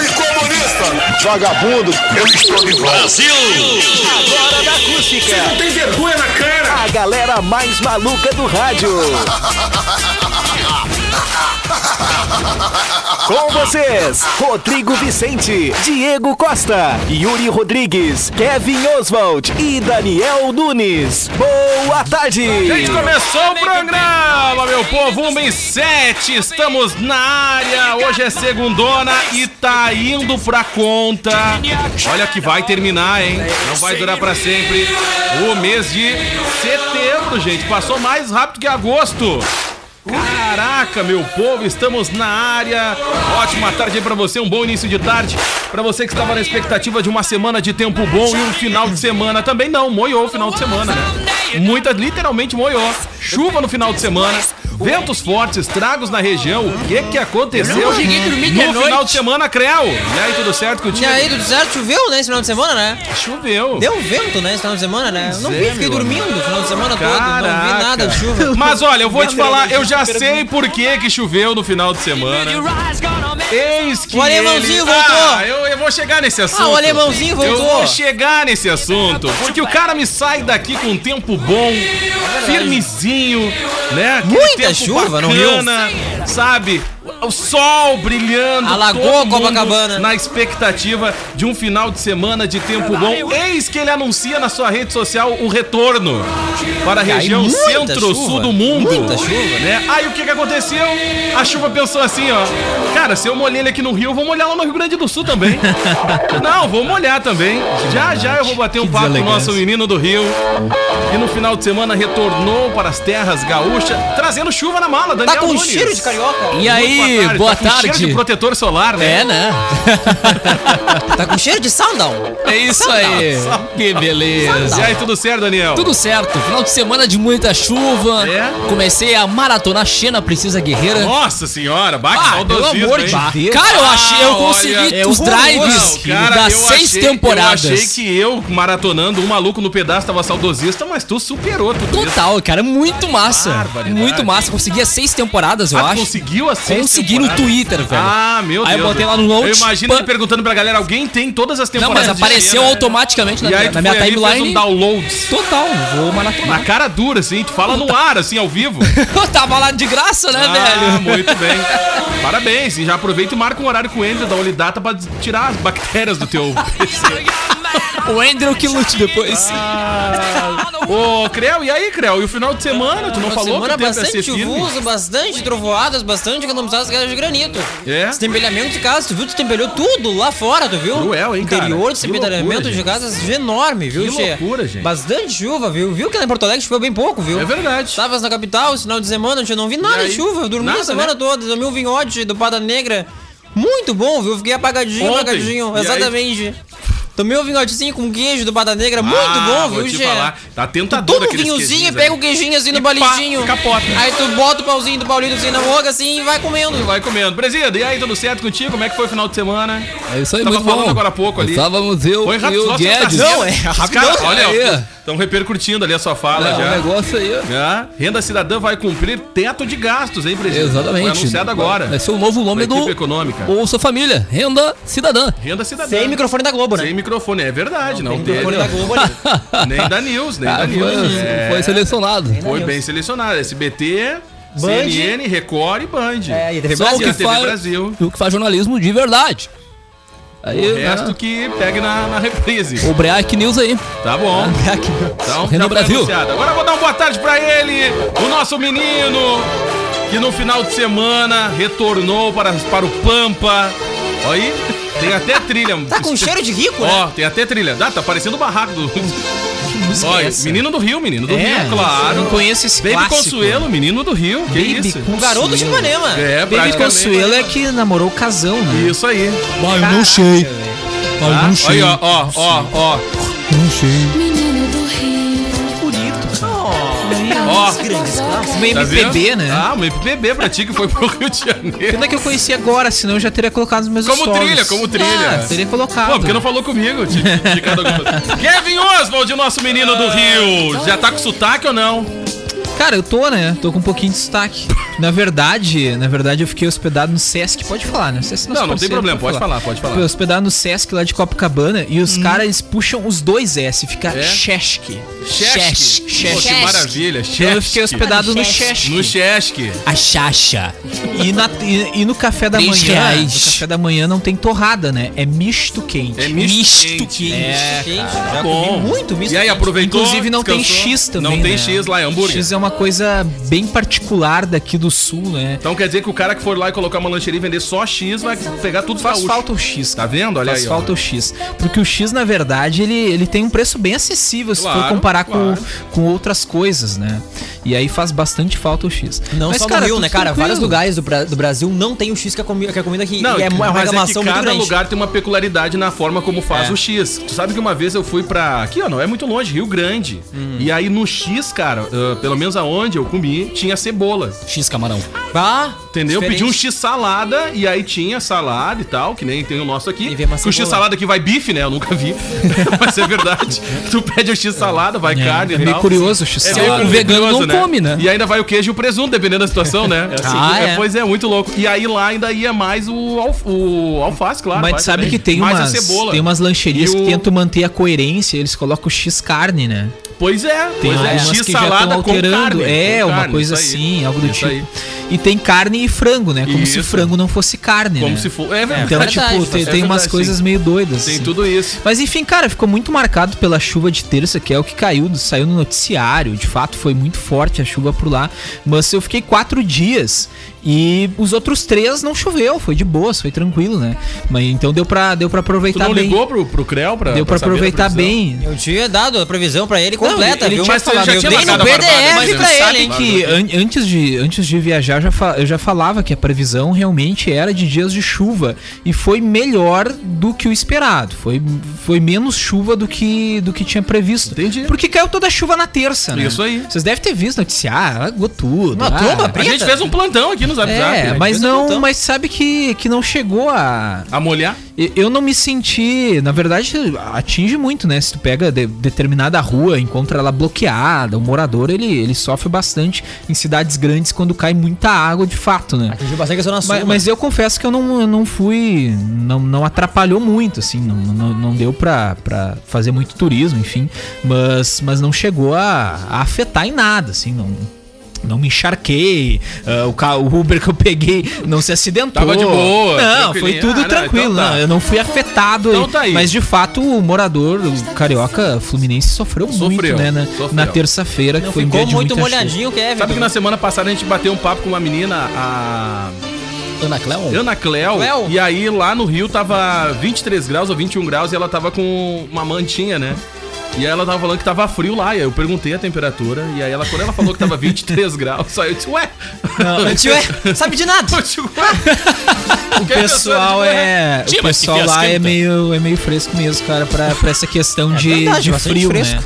e comunista. Vagabundo, eu estou de volta. Tem vergonha na cara. A galera mais maluca do rádio. Com vocês, Rodrigo Vicente, Diego Costa, Yuri Rodrigues, Kevin Oswald e Daniel Nunes. Boa tarde! Gente, começou o programa, meu povo, 1 em 7, estamos na área, hoje é segundona e tá indo pra conta. Olha que vai terminar, hein? Não vai durar pra sempre. O mês de setembro, gente, passou mais rápido que agosto. Caraca, meu povo, estamos na área. Ótima tarde aí pra você, um bom início de tarde. Pra você que estava na expectativa de uma semana de tempo bom e um final de semana também não, moiou o final de semana, né? Muita, literalmente moiou. Chuva no final de semana, ventos fortes, estragos na região. O que que aconteceu? Eu não cheguei a dormir de no noite. final de semana, Creu. E aí, tudo certo E contigo? aí, tudo certo? Choveu, né, esse final de semana, né? Choveu. Deu vento, né, esse final de semana, né? Eu não vi, é, fiquei meu dormindo o final de semana todo, não Caraca. vi nada de chuva. Mas olha, eu vou te falar, eu já sei por que que choveu no final de semana. Eis que O alemãozinho ele- voltou. Ah, eu, eu vou chegar nesse assunto. Ah, o alemãozinho Eu voltou. vou chegar nesse assunto, porque o cara me sai daqui com um tempo bom, firmezinho, né? Aquele Muita tempo chuva no bacana, sabe? O sol brilhando, Alagou todo mundo Copacabana. na expectativa de um final de semana de tempo bom. Eis que ele anuncia na sua rede social o retorno para a Cai região muita centro-sul chuva, do mundo. muita chuva. né? Aí o que que aconteceu? A chuva pensou assim, ó. Cara, se eu molhei ele aqui no Rio, eu vou molhar lá no Rio Grande do Sul também. Não, vou molhar também. Já já eu vou bater um papo com o nosso menino do Rio. E no final de semana retornou para as terras gaúchas, trazendo chuva na mala, Daniel Tá com um Nunes. cheiro de carioca. E aí, Muito boa Tá com tarde. cheiro de protetor solar, né? É, né? Tá com cheiro de sundown. É isso aí. Que beleza. E aí, tudo certo, Daniel? Tudo certo. Final de semana de muita chuva. É? Comecei a maratona Xena Precisa Guerreira. Nossa senhora, bate ah, saudosismo, hein? Cara, eu achei, eu Ah, consegui olha, os é drives Não, cara, das eu seis achei- temporadas. Eu achei que eu, maratonando, um maluco no pedaço tava saudosista, mas tu superou tudo isso. Total, cara, muito massa. Barbaridade. Muito massa. Consegui as seis temporadas, eu Ah, tu acho. conseguiu assim? Consegui no Twitter, velho. Ah, meu Deus. Aí eu botei lá no Eu Note. imagino Pã- ele perguntando pra galera, alguém tem todas as Não, temporadas mas de apareceu né? Xena? automaticamente na, E aí tu na minha foi ali e fez um timeline. download. Total, Ah, vou Na maratonar. cara dura, assim, tu fala no ar, assim, ao vivo. Eu tava lá de graça, né, Ah, velho? muito bem. Parabéns, e já aproveita e marca um horário com ele da Olidata pra tirar as bactérias do teu PC. O Andrew que lute depois. Ah, Ah. Ô, Creu, e aí, Creu? E o final de semana? Tu não Final de falou que o semana é tempo ia ser bastante firme? chuvoso, bastante trovoadas, bastante economizadas galera de granito. É? Destempelhamento de casas, tu viu? Destempelhou tudo lá fora, tu viu? Cruel, hein, cara? Interior, Que loucura, destempelhamento de gente. casas enorme, viu, Que Tchê? loucura, gente. Bastante chuva, viu? Viu que lá em Porto Alegre choveu bem pouco, viu? É verdade. Tá Estavas na capital, esse final de semana, eu não vi nada aí? de chuva. Eu dormi Nada, a semana né? toda, dormi um vinhote do Pada Negra. Muito bom, viu? Fiquei apagadinho, Ontem. apagadinho. E aí? Exatamente. Tomei um vinhotezinho com queijo do Pada Negra. Muito Ah, bom, vou viu, te Tchê? falar. Tá tentador Toma um aqueles vinhozinho e queijinhos pega ali. o queijinho assim E no pá, balitinho. capota. Aí tu bota o pauzinho do Paulino assim na boca assim e vai comendo. Vai comendo. Presida, e aí, tudo certo contigo? Como é que foi o final de semana? É isso aí, Tava muito bom. falando agora há pouco ali. Estávamos eu Foi e o rápido, Guedes. é Cara, olha, Aí. estão repercutindo ali a sua fala É, o já. negócio aí, ó. Ah, renda cidadã vai cumprir teto de gastos, hein, presidente? Exatamente. Foi anunciado agora. Vai ser o novo nome Pra equipe do econômica. ou sua família, renda cidadã. Renda cidadã. Sem microfone da Globo, né? Sem microfone, é verdade, não, Sem microfone teve. da Globo ali. Nem da News, nem da Ah, News. foi, É, foi selecionado. foi bem selecionado. SBT, Band. CNN, Record e Band. É, e TV Só o Brasil. E a que TV faz, né? Brasil. o que faz jornalismo de verdade. Aí, O né, resto que pegue na, na reprise. o Break News aí. Tá bom. Então, já Renda foi Brasil. anunciado. Agora eu vou dar uma boa tarde pra ele, o nosso menino, que no final de semana retornou para, para o Pampa. Ó Aí, tem até trilha. Tá com cheiro de rico, né? Ó, tem até trilha. Ah, tá parecendo o barraco do. é Olha, esquece. menino do Rio, menino do um Rio, eu não claro. conheço esse Baby clássico. Consuelo, menino do Rio. Que isso? O garoto de Ipanema. É, praticamente. é que namorou casão, né? Isso aí. Tá? Mas eu não sei. Mas eu não Aí, sei. ó, ó, ó, ó. Não sei. Menino do Rio. Ai, Ó, Grandes clássicos. Uma tá MPB, vendo? né? Ah, uma MPB pra ti que foi pro Rio de Janeiro. Pena que eu conheci agora, senão eu já teria colocado nos meus Como stories. trilha, como trilha. Ah, teria colocado. Pô, porque não falou comigo? eu tinha indicado alguma coisa. Kevin Oswald, o nosso menino do Rio. Já tá com sotaque ou não? Cara, eu tô, né? Tô com um pouquinho de sotaque. Na verdade, na verdade eu fiquei hospedado no Sesc. Pode falar, né? O Sesc é nosso Não, não tem parceiro, problema, pode falar, pode falar. Hum. Fui hospedado no Sesc lá de Copacabana e os caras eles puxam os dois S. Fica É? Sesc. Sesc. Pô, que Sesc. maravilha. Então eu Chesque. fiquei hospedado no Sesc. Sesc. No Chesque. A chacha. E, na- e- e no café da Três manhã. reais. No café da manhã não tem torrada, né? É misto quente. É misto misto quente. quente. É, cara, Tá já bom. comi muito misto E aí, quente. aproveitou, Inclusive não descansou? tem X também. Não tem né? X lá, é hambúrguer. X é uma coisa bem particular daqui do sul, né? Então quer dizer que o cara que for lá e colocar uma lancheria e vender só X vai pegar tudo Faz gaúcho. falta o X, Tá cara. vendo? Olha Faz aí. ó. falta o X. Porque o X, na verdade, ele, ele tem um preço bem acessível se Claro, for comparar claro. com, com outras coisas, né? E aí faz bastante falta o X. Não Mas, só cara, no Rio, tudo né, cara? tranquilo. Vários lugares do, Bra- do Brasil não tem o X que a, comi que a comida que Não, é uma mas é reclamação que muito cada grande. lugar tem uma peculiaridade na forma como É. faz o X. Tu sabe que uma vez eu fui pra. Aqui, ó, não é muito longe, Rio Grande. Hum. E aí no X, cara, ah, pelo menos aonde eu comi, tinha cebola. X camarão. Ah, Entendeu? Eu diferente. pedi um X salada e aí tinha salada e tal, que nem tem o nosso aqui. E vem uma Que o X cebola. salada que vai bife, né? Eu nunca vi. Mas é verdade. Tu pede o X salada, vai carne É e meio tal. curioso o X. É salada. meio o vegano curioso, não come, né? E ainda vai o queijo e o presunto, dependendo da situação, né? Ah, é. Pois é, muito louco. E aí lá ainda ia mais o, alf- o alface, claro. vai Mas sabe também. que tem mais umas, a cebola. tem umas lancherias E o- que tentam manter a coerência, eles colocam o X carne, né? Pois é, Tem pois é. algumas X que já salada estão alterando. com carne. é, com uma carne, coisa isso aí. assim, algo do Isso tipo. aí. E tem carne e frango, né? Como se Isso. frango não fosse carne, Como né? se for. É, verdade. Então, É verdade, tipo, tem, tá tem umas certo. coisas Sim. meio doidas. Tem assim. tudo isso. Mas enfim, cara, ficou muito marcado pela chuva de terça, que é o que caiu, saiu no noticiário. De fato, foi muito forte a chuva por lá. Mas eu fiquei quatro dias e os outros três não choveu, foi de boas, foi tranquilo, né? Mas então deu pra, deu pra Tu aproveitar não Tá bem. ligou pro, pro Creu pra. deu pra saber da aproveitar previsão? bem. Eu tinha dado a previsão pra ele Não, completa, ele- ele viu? tinha Mas falado, eu ele já dei tinha no mandado a barbada, PDF mas pra ele ele, sabe hein? que an- antes de, antes de viajar, já fa- eu já falava que a previsão realmente era de dias de chuva. E foi melhor do que o esperado. Foi, foi menos chuva do que, do que tinha previsto. Entendi. Porque caiu toda a chuva na terça, né? Isso aí. Vocês devem ter visto noticiar, alagou tudo. ah. Uma tromba A preta. gente fez um plantão aqui nos WhatsApp. É, né? mas Fez um não, plantão. mas sabe que, que não chegou a, A molhar. e- Eu não me senti. Na verdade, atinge muito, né? Se tu pega de- determinada rua, encontra ela bloqueada, o morador ele, ele sofre bastante em cidades grandes quando cai muita água de fato, né? Atingiu bastante a zona sul. Mas, mas eu confesso que eu não, eu não fui. Não, não atrapalhou muito, assim. Não, não, não deu pra, pra fazer muito turismo, enfim. Mas, mas não chegou a, a afetar em nada, assim. Não, não me encharquei. ah, o, ca- o Uber que eu peguei não se acidentou. Tava de boa, Não, tranquilinho. foi tudo Ah, não, tranquilo. então tá. não, eu não fui afetado. Então tá aí. Mas de fato, o morador o carioca fluminense sofreu, Sofreu, muito, né? Na, sofreu. na terça-feira, que não foi um ficou dia de muito muita chuva. molhadinho o Kevin. Sabe que na semana passada a gente bateu um papo com uma menina, a Ana Cléo? Ana Cléo, Cléo. um e aí lá no Rio tava 23 graus ou 21 graus e ela tava com uma mantinha, né? E aí ela tava falando que tava frio lá, e aí eu perguntei a temperatura, e aí ela, quando ela falou que tava 23 graus, aí eu disse, ué, Não, tio, é, sabe de nada. eu digo, ué. O pessoal é. Tia, O mas que pessoal fiasquenta. lá é meio, é meio fresco mesmo, cara, pra, pra essa questão de, verdade, de bastante frio, fresco. né?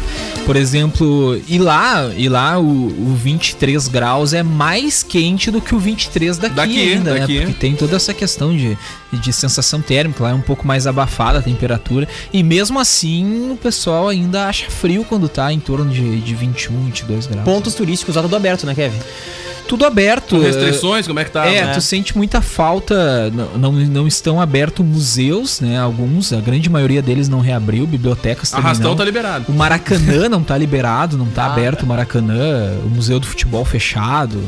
Por exemplo, e lá, e lá o, o 23 graus é mais quente do que o 23 daqui, Daqui, ainda, daqui. né? Porque tem toda essa questão de, de sensação térmica, lá é um pouco mais abafada a temperatura. E mesmo assim, o pessoal ainda acha frio quando tá em torno de, de 21, 22 graus. Pontos turísticos lá tudo aberto, né, Kevin? tudo aberto. eh, Restrições, como é que tá? é, né? tu sente muita falta, não, não, não estão abertos museus, né? Alguns, a grande maioria deles não reabriu, bibliotecas também Arrastão não. tá liberado. O Maracanã não tá liberado, não tá aberto o Maracanã, o Museu do Futebol fechado.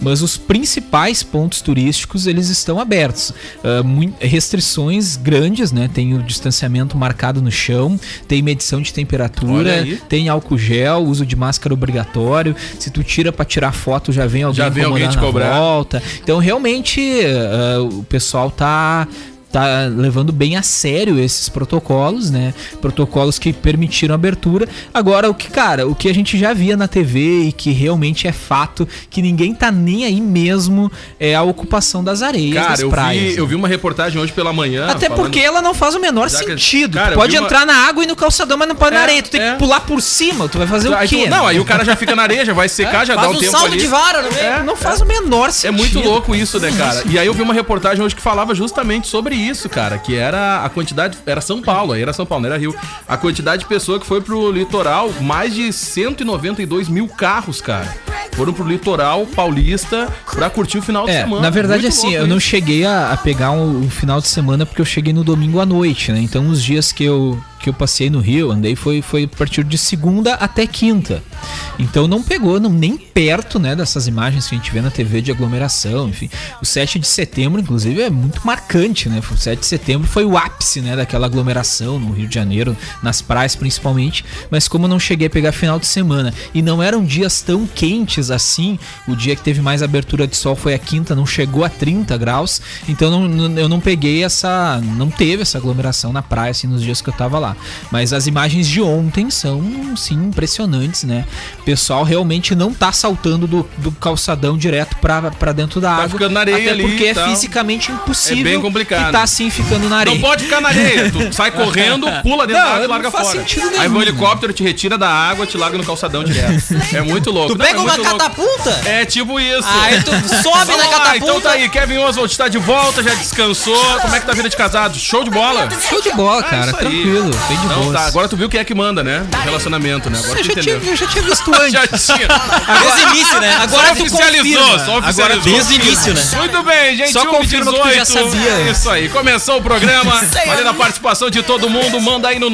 Mas os principais pontos turísticos, eles estão abertos. Ah, mui- restrições grandes, né? Tem o distanciamento marcado no chão, tem medição de Olha temperatura, aí. tem álcool gel, uso de máscara obrigatório. Se tu tira pra tirar foto, já vem alguém Já vem alguém incomodar te na cobrar. volta. Então, realmente, ah, o eh, pessoal tá tá levando bem a sério esses protocolos, né? Protocolos que permitiram a abertura. Agora, o que, cara, o que a gente já via na TV e que realmente é fato, que ninguém tá nem aí mesmo, é a ocupação das areias, Cara, das eu praias. né? vi, eu vi uma reportagem hoje pela manhã. Até falando- porque ela não faz o menor Já que- sentido. Tu Cara, eu pode vi uma- entrar na água e no calçadão, mas não pode na É, areia. Tu tem é. que pular por cima. Tu vai fazer Ah, Aí o quê? né? tu- não, aí o cara já fica na areia, já vai secar, já dá Faz um um tempo salto ali. de vara no meio. É, não faz o menor É sentido. muito louco isso, né, cara? E aí eu vi uma reportagem hoje que falava justamente sobre isso, cara, que era a quantidade, era São Paulo, aí era São Paulo, não era Rio. A quantidade de pessoa que foi pro litoral, mais de 192 mil carros, cara, foram pro litoral paulista pra curtir o final de É, semana. na verdade, Muito assim, louco eu não isso. cheguei a, a pegar um, um final de semana porque eu cheguei no domingo à noite, né? Então, os dias que eu, que eu passei no Rio, andei, foi, foi a partir de segunda até quinta. Então, não pegou não, nem perto, né, dessas imagens que a gente vê na TV de aglomeração, enfim. O 7 de setembro, inclusive, é muito marcante, né? O 7 de setembro foi o ápice, né, daquela aglomeração no Rio de Janeiro, nas praias principalmente. Mas como eu não cheguei a pegar final de semana e não eram dias tão quentes assim, o dia que teve mais abertura de sol foi a quinta, não chegou a 30 graus, então não- não- eu não peguei essa. Não teve essa aglomeração na praia, assim, nos dias que eu tava lá. Mas as imagens de ontem são, sim, impressionantes, né? O pessoal realmente não tá saltando do, do calçadão direto pra, pra dentro da água. Tá ficando na areia até ali porque e é tal. fisicamente impossível. É bem complicado. E tá assim ficando na areia. Não pode ficar na areia. Tu sai correndo, pula dentro Não, da água e não larga faz fora. sentido Aí nenhum, o helicóptero te retira da água, te larga no calçadão direto. É muito louco. Tu Não, pega é uma muito louco. catapulta? É tipo isso. Aí tu sobe Vamos na lá, catapulta. Então tá aí, Kevin Oswald tá de volta, já descansou. Como é que tá a vida de casado? Show de bola? Show de bola, Ah, cara. isso aí. tranquilo, bem de Então boa. tá, agora tu viu quem é que manda, né? O relacionamento, né? Agora Tá, eu, tu já tinha, entendeu. eu já tinha visto antes. Já tinha. Desde o início, né? Agora Só tu oficializou, confirma. só oficializou. desde o início, né? Muito bem, gente. Só 1 confirma que tu já 18. sabia. É Isso aí. Começou o programa. Sei Valendo a lá. participação de todo mundo. Manda aí no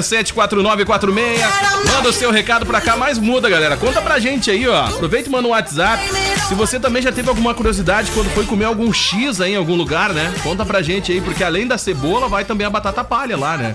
995674946. Manda o seu recado pra cá, mas muda, galera. Conta pra gente aí, ó. Aproveita e manda um WhatsApp. Se você também já teve alguma curiosidade quando foi comer algum X aí em algum lugar, né? Conta pra gente aí, porque além da cebola, vai também a batata palha lá, né?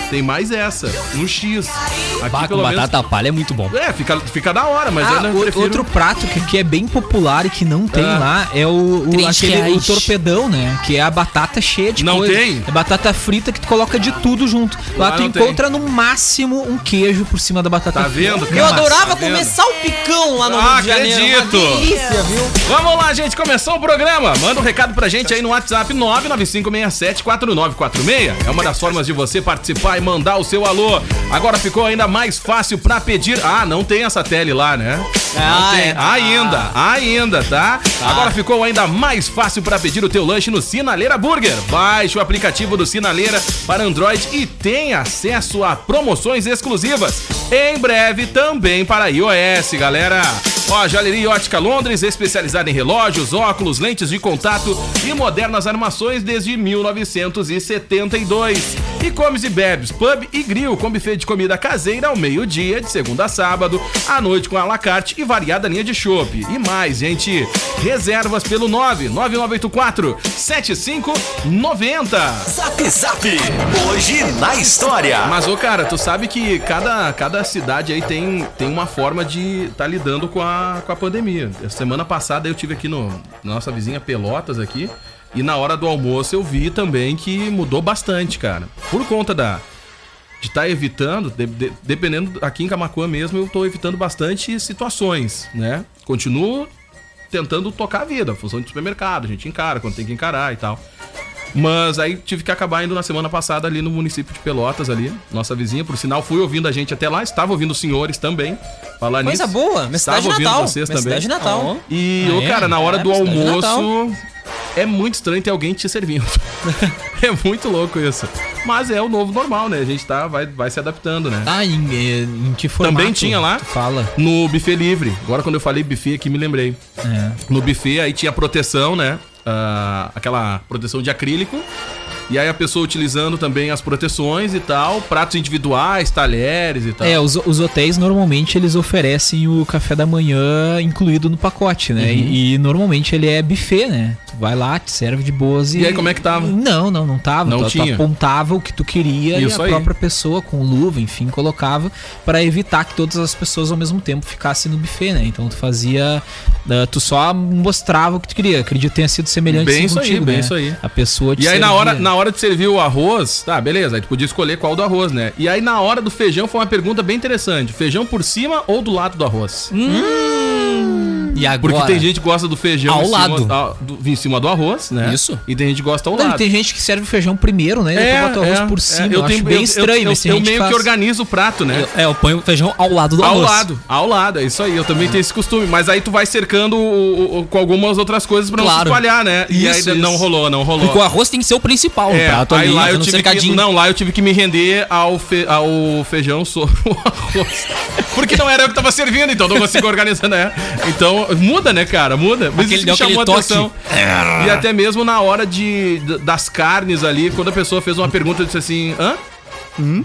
Tem mais essa, no X. Aqui, pelo menos- palha é muito bom. É, fica, fica da hora, mas Ah, ainda o- prefiro- Outro prato que, que é bem popular e que não tem Ah. lá é o, o, Três aquele, o reais. torpedão, né? Que é a batata cheia de Não coisa. tem? É batata frita que tu coloca de tudo junto. Lá Lá tu não tem. encontra no máximo um queijo por cima da batata Tá frita. vendo, cara? Eu adorava Tá vendo? comer salpicão lá no Ah, Rio de Janeiro. acredito. Uma delícia, viu? Vamos lá, gente, começou o programa. Manda um recado pra gente aí no WhatsApp 995674946. É uma das formas de você participar e mandar o seu alô. Agora ficou ainda mais fácil pra pedir. Ah, não tem essa tele lá, né? Não Ah, tem. é. Ainda, ainda, tá? Agora ficou ainda mais fácil pra pedir o teu lanche no Sinaleira Burger. Baixe o aplicativo do Sinaleira para Android e tem acesso a promoções exclusivas. Em breve também para iOS, galera. Ó, Joalheria e Ótica Londres, especializada em relógios, óculos, lentes de contato e modernas armações desde 1972. E comes e bebes, pub e grill, com buffet de comida caseira ao meio-dia, de segunda a sábado, à noite com alacarte e variada linha de chopp. E mais, gente, reservas pelo 99984 7590. Zap Zap, hoje na história. Tá. Mas, ô, cara, tu sabe que cada, cada cidade aí tem, tem uma forma de tá lidando com a, com a pandemia. Semana passada eu tive aqui no, na nossa vizinha Pelotas aqui, e na hora do almoço eu vi também que mudou bastante, cara. Por conta da, de estar evitando, de- de- dependendo aqui em Camacuã mesmo, eu tô evitando bastante situações, né? Continuo tentando tocar a vida, função de supermercado, a gente encara quando tem que encarar e tal. Mas aí tive que acabar indo na semana passada ali no município de Pelotas ali, nossa vizinha, por sinal fui ouvindo a gente até lá, estava ouvindo os senhores também falar Coisa nisso. boa. Minha cidade de Estava ouvindo Natal. vocês Minha também. cidade de Natal. E, Ah, ô, é? cara, na hora É, do cidade de almoço é muito estranho ter alguém te servindo. é muito louco isso. Mas é o novo normal, né? A gente tá, vai, vai se adaptando, né? Tá, em, eh, em que formato? Também tinha lá. tu Fala. No buffet livre. Agora quando eu falei buffet aqui, me lembrei. É. No buffet aí tinha proteção, né? Ah, aquela proteção de acrílico. E aí a pessoa utilizando também as proteções e tal, pratos individuais, talheres e tal. É, os, os hotéis normalmente eles oferecem o café da manhã incluído no pacote, Uhum. né? E, e normalmente ele é buffet, né? Tu vai lá, te serve de boas e. E aí, como é que tava? Não, não, não tava. Não tu, tu tinha. apontava o que tu queria Isso e a aí. própria pessoa com luva, enfim, colocava pra evitar que todas as pessoas ao mesmo tempo ficassem no buffet, né? Então tu fazia ah, tu só mostrava o que tu queria. Acredito que tenha sido semelhante Bem assim isso aí, bem isso aí. A pessoa te E aí na servia. hora, na hora de servir o arroz, tá, beleza, aí tu podia escolher qual do arroz, né? E aí na hora do feijão foi uma pergunta bem interessante. Feijão por cima ou do lado do arroz? Hum, E agora? Porque tem gente que gosta do feijão Ao em cima, lado. ao- do- em cima do arroz, né? Isso. E tem gente que gosta ao Não, e lado. É, tem gente que serve o feijão primeiro, né? E depois bota o arroz por cima. eu, acho bem estranho, eu, né? mas tem eu, gente meio faz. que organizo o prato, né? É, eu ponho o feijão ao lado do ao arroz. lado, ao lado, é isso aí. Eu também tenho esse costume. Mas aí tu vai cercando o- o- o- com algumas outras coisas pra não se Claro. espalhar, né? e aí Isso, não isso. rolou, não rolou. Porque o arroz tem que ser o principal É, no prato aí ali, lá eu no tive que, cercadinho. não, lá eu tive que me render ao, fe- ao feijão sobre o arroz. Porque não era eu que tava servindo, então não consigo organizar, né? Então, muda, né, cara? Muda. Mas Aquele- isso me deu chamou a aquele É. atenção. E até mesmo na hora de, d- das carnes ali, quando a pessoa fez uma pergunta, eu disse assim, hã? Hum?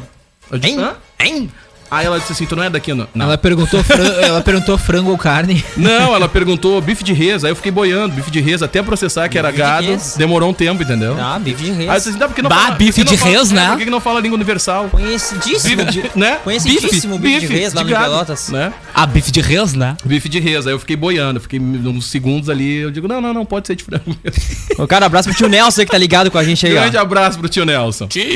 Eu disse, Hein? hã? Hein? Aí ela disse assim, tu não é daqui, não? Não, Ela perguntou, fran- ela perguntou frango ou carne. Não, ela perguntou bife de res, aí eu fiquei boiando, bife de res, até processar que era Bife de gado, res. demorou um tempo, entendeu? Ah, bife de Aí res. vocês dá porque não Bah, fala- bife por que de não fala- res, é, né? Por que que não fala a língua universal? Conhecidíssimo, Bife, né? Conhecidíssimo bife, de res lá no gado, Pelotas. Né? Ah, bife de res, né? Bife de res, aí eu fiquei boiando, eu fiquei uns segundos ali, eu digo, não, não, não, pode ser de frango mesmo. O cara, abraço pro tio Nelson aí que tá ligado com a gente aí, Grande ó. abraço pro tio Nelson. Tio!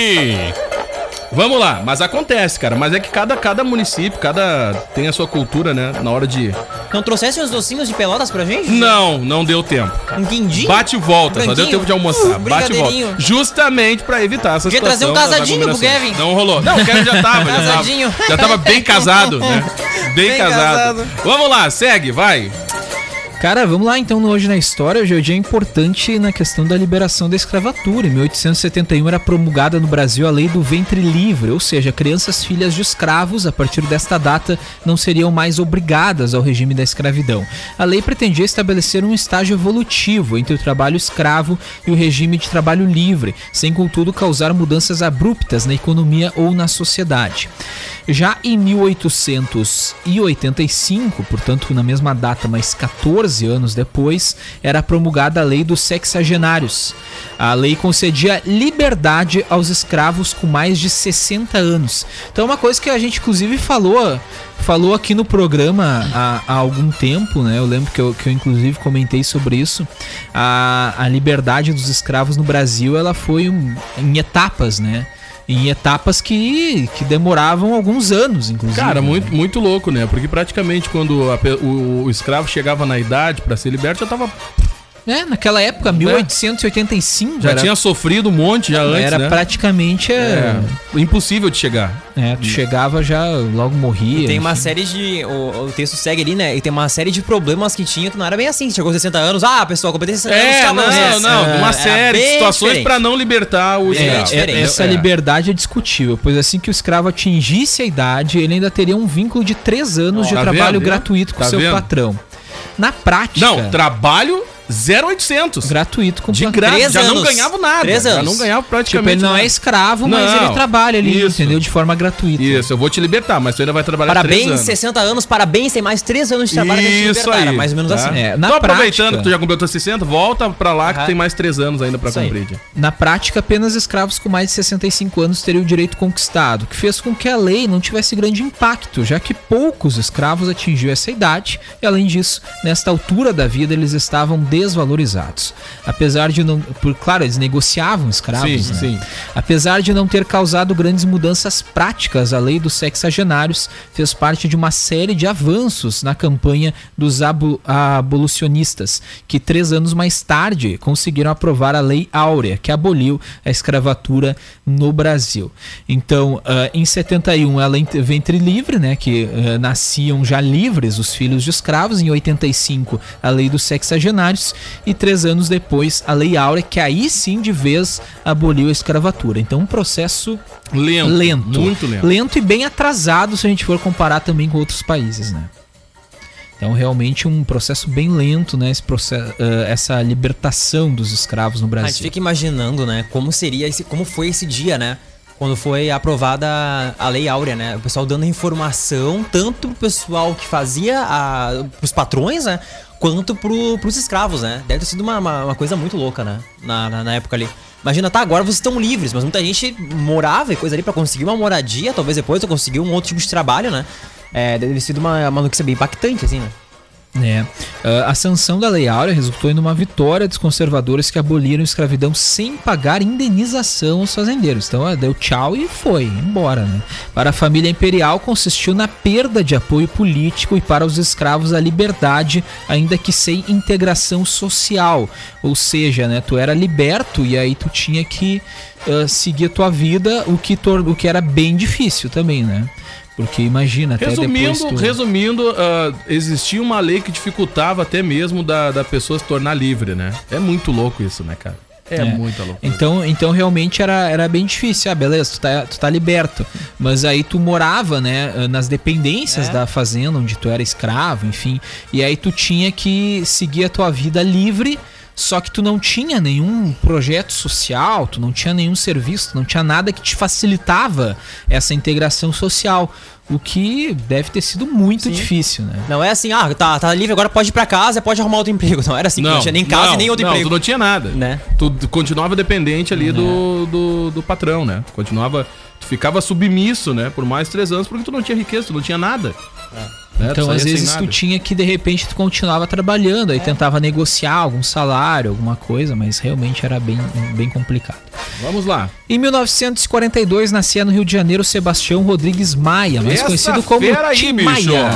Vamos lá, mas acontece, cara, mas é que cada, cada município, cada tem a sua cultura, né, na hora de... Não trouxesse uns Então, docinhos de pelotas pra gente? Não, não deu tempo. Um quindim? Bate e volta, só deu Branquinho. tempo de almoçar. Uh, Bate e volta. brigadeirinho. Justamente pra evitar essa Podia trazer um das casadinho pro aglomerações. Kevin. Não rolou. Não, o Kevin já tava. já tava. Casadinho. Já tava bem casado, né? Bem, Bem casado. casado. Vamos lá, segue, vai. Cara, vamos lá então no Hoje na História. Hoje é um dia importante na questão da liberação da escravatura. Em 1871 era promulgada no Brasil a lei do ventre livre, ou seja, crianças filhas de escravos, a partir desta data, não seriam mais obrigadas ao regime da escravidão. A lei pretendia estabelecer um estágio evolutivo entre o trabalho escravo e o regime de trabalho livre, sem contudo causar mudanças abruptas na economia ou na sociedade. Já em 1885, portanto na mesma data, mas 14 anos depois, era promulgada a Lei dos Sexagenários. A lei concedia liberdade aos escravos com mais de 60 anos. Então é uma coisa que a gente inclusive falou falou aqui no programa há, há algum tempo, né? Eu lembro que eu, que eu inclusive comentei sobre isso. A, a liberdade dos escravos no Brasil, ela foi um- em etapas, né? Em etapas que, que demoravam alguns anos, inclusive. Cara, né? muito, muito louco, né? Porque praticamente quando a pe- o, o escravo chegava na idade pra ser liberto, já tava. É, naquela época, 1885, Já era, tinha sofrido um monte já antes. era né? praticamente... É, É, impossível de chegar. é, tu chegava já, logo morria. Tem uma enfim. série de. O, o texto segue ali, né? E tem uma série de problemas que tinha que não era bem assim. Chegou 60 anos, ah, pessoal, competência 60 anos, É, acabou, né? não, não. Era Uma série de bem situações diferente. pra não libertar o Bem escravo. diferente. É, essa É. liberdade é discutível, pois assim que o escravo atingisse a idade, ele ainda teria um vínculo de três anos de Tá trabalho vendo? gratuito com Tá seu vendo? patrão. Na prática, Não, trabalho 0800. gratuito com o De patrão. graça, Três já não anos. ganhava nada. Três Já anos. não ganhava Tipo, praticamente ele não nada. é escravo, mas Não. ele trabalha ali, Isso. entendeu? De forma gratuita. Isso, eu vou te libertar, mas tu ainda vai trabalhar três Parabéns, anos. 60 anos, parabéns, tem mais 3 anos de trabalho até te Isso libertar, aí. Mais ou menos assim. É, Na na então, aproveitando prática- que tu já completou 60, volta pra lá que Aham. tem mais três anos ainda pra Isso aí. cumprir. Tia. Na prática, apenas escravos com mais de 65 anos teriam o direito conquistado, o que fez com que a lei não tivesse grande impacto, já que poucos escravos atingiu essa idade e, além disso, nesta altura da vida eles estavam desvalorizados. Apesar de não. Por, claro, eles negociavam escravos. Sim, né? sim. Apesar de não ter causado grandes mudanças práticas, a lei dos sexagenários fez parte de uma série de avanços na campanha dos abo- abolicionistas, que três anos mais tarde conseguiram aprovar a Lei Áurea, que aboliu a escravatura no Brasil. Então, ah, em 71, ela ent- ventre livre, né, que ah, nasciam já livres os filhos de escravos, em 85, a Lei dos Sexagenários, e três anos depois, a Lei Áurea, que aí sim, de vez, aboliu a escravatura. Então, um processo Lento, lento. Muito lento. Lento e bem atrasado se a gente for comparar também com outros países, né? Então, realmente, um processo bem lento, né? Esse processo, ah, essa libertação dos escravos no A Brasil. Assim. gente fica imaginando, né, como seria esse, como foi esse dia, né? Quando foi aprovada a Lei Áurea, né? O pessoal dando informação, tanto pro pessoal que fazia, a, pros patrões, né? Quanto pro, pros escravos, né? Deve ter sido uma, uma, uma coisa muito louca, né? Na, na, na época ali. Imagina, tá, agora vocês estão livres, mas muita gente morava e coisa ali pra conseguir uma moradia, talvez depois eu conseguir um outro tipo de trabalho, né? É, deve ter sido uma, uma notícia bem impactante, assim, né? né? Ah, a sanção da Lei Áurea resultou em uma vitória dos conservadores que aboliram a escravidão sem pagar indenização aos fazendeiros. Então, ah, deu tchau e foi embora, né? Para a família imperial, consistiu na perda de apoio político e para os escravos a liberdade, ainda que sem integração social. Ou seja, né, tu era liberto e aí tu tinha que ah, seguir a tua vida, o que, tor- o que era bem difícil também, né? Porque imagina, até depois Resumindo, tu... resumindo ah, existia uma lei que dificultava até mesmo da, da pessoa se tornar livre, né? É muito louco isso, né, cara? É, muito louco. Então, então realmente era, era bem difícil. Ah, beleza, tu tá, tu tá liberto. Mas aí tu morava, né, nas dependências da fazenda, onde tu era escravo, enfim. E aí tu tinha que seguir a tua vida livre. Só que tu não tinha nenhum projeto social, tu não tinha nenhum serviço, tu não tinha nada que te facilitava essa integração social. O que deve ter sido muito difícil, né? Não é assim, ah, tá, tá livre, agora pode ir pra casa, pode arrumar outro emprego. Não era assim, não, não tinha nem casa e nem outro não, emprego. tu não tinha nada. Né? É. Tu d- continuava dependente ali do, do, do patrão, né? Tu continuava. Tu ficava submisso, né? Por mais três anos, porque tu não tinha riqueza, tu não tinha nada. É. Né? Tu Então, saía às sem vezes, nada. tu tinha que, de repente, tu continuava trabalhando, aí tentava negociar algum salário, alguma coisa, mas realmente era bem, bem complicado. Vamos lá. Em 1942, nascia no Rio de Janeiro Sebastião Rodrigues Maia, mais Essa conhecido como fera aí, Tim bicho. Maia.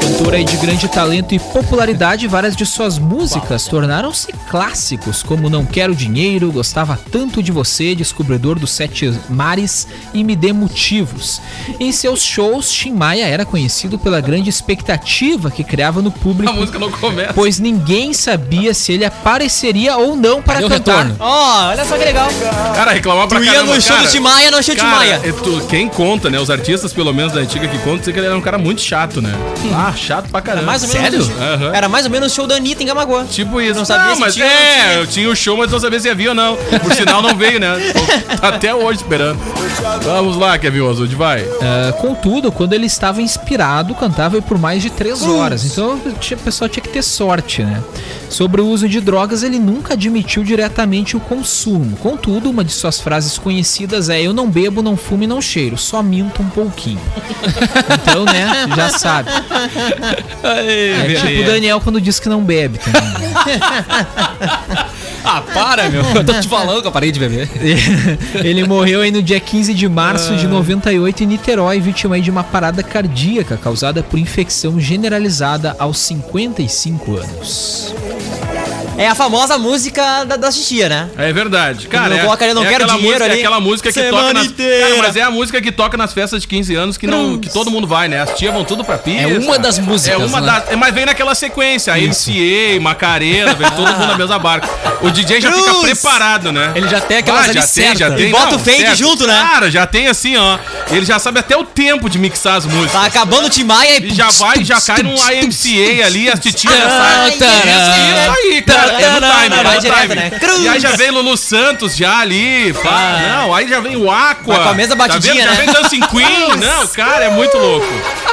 Cantor aí de grande talento e popularidade, várias de suas músicas tornaram-se clássicos, como Não Quero Dinheiro, Gostava Tanto de Você, Descobridor dos Sete Mares e Me Dê Motivos. Em seus shows, Tim Maia era conhecido pela grande expectativa que criava no A público, música não começa. pois ninguém sabia se ele apareceria ou não para Cadê o cantar. retorno? Ó, olha só que legal. Cara, reclamar pra Tu ia caramba, no show cara. do Timaya, não achei o Cara, Timaya. é tu- quem conta, né? Os artistas, pelo menos da antiga que conta, dizem que ele era um cara muito chato, né? Ah, chato pra caramba. Uhum. É Mais ou menos Sério? Aham. Era mais ou menos o show da Anitta em Gamagoa. Tipo isso. Não sabia se mas tinha ou não é, tinha. eu tinha o show, mas não sabia se havia ou não. Por sinal, não veio, né? Tô até hoje esperando. Vamos lá, Kevin Oswald, vai. É. Ah, contudo, quando ele estava inspirado, cantava por mais de três horas. Então tinha- o pessoal tinha que ter sorte, né? Sobre o uso de drogas, ele nunca admitiu diretamente o consumo. Contudo, uma de suas frases conhecidas é: Eu não bebo, não fumo e não cheiro, só minto um pouquinho. então, né, já sabe. É tipo o Daniel quando diz que não bebe também. Ah, para, meu. Eu tô te falando que eu parei de beber. Ah. Ele morreu aí no dia 15 de março de 98 em Niterói, vítima aí de uma parada cardíaca causada por infecção generalizada aos 55 anos. É a famosa música da, da titia, né? É verdade. Cara, eu é, coloco ali, não é quero aquela dinheiro música, é ali. aquela música que Semana toca nas... inteira. Cara, mas é a música que toca nas festas de 15 anos que, não, que todo mundo vai, né? As tias vão tudo pra pista. É uma das É músicas, uma né? das... é, Mas vem naquela sequência. Aí MCA, Macarena, vem todo mundo na mesma barca. O DJ já fica Cruz. preparado, né? Ele já tem aquelas ali já tem, certa. já tem. E bota Não, o fade certo. junto, né? Cara, já tem assim, ó. Ele já sabe até o tempo de mixar as músicas. Tá acabando o Timaya E já vai, já cai num IMCA ali, as titias já saem. Isso aí, cara. É no time, Ah, Vai é no direto, time. né? Cruz. Ah. E aí já vem Lulu Santos já ali. pá, Não, aí já vem o Aqua. Vai com a mesma batidinha, tá vendo? né? Já vem Dancing Queen. Não, cara, é muito louco.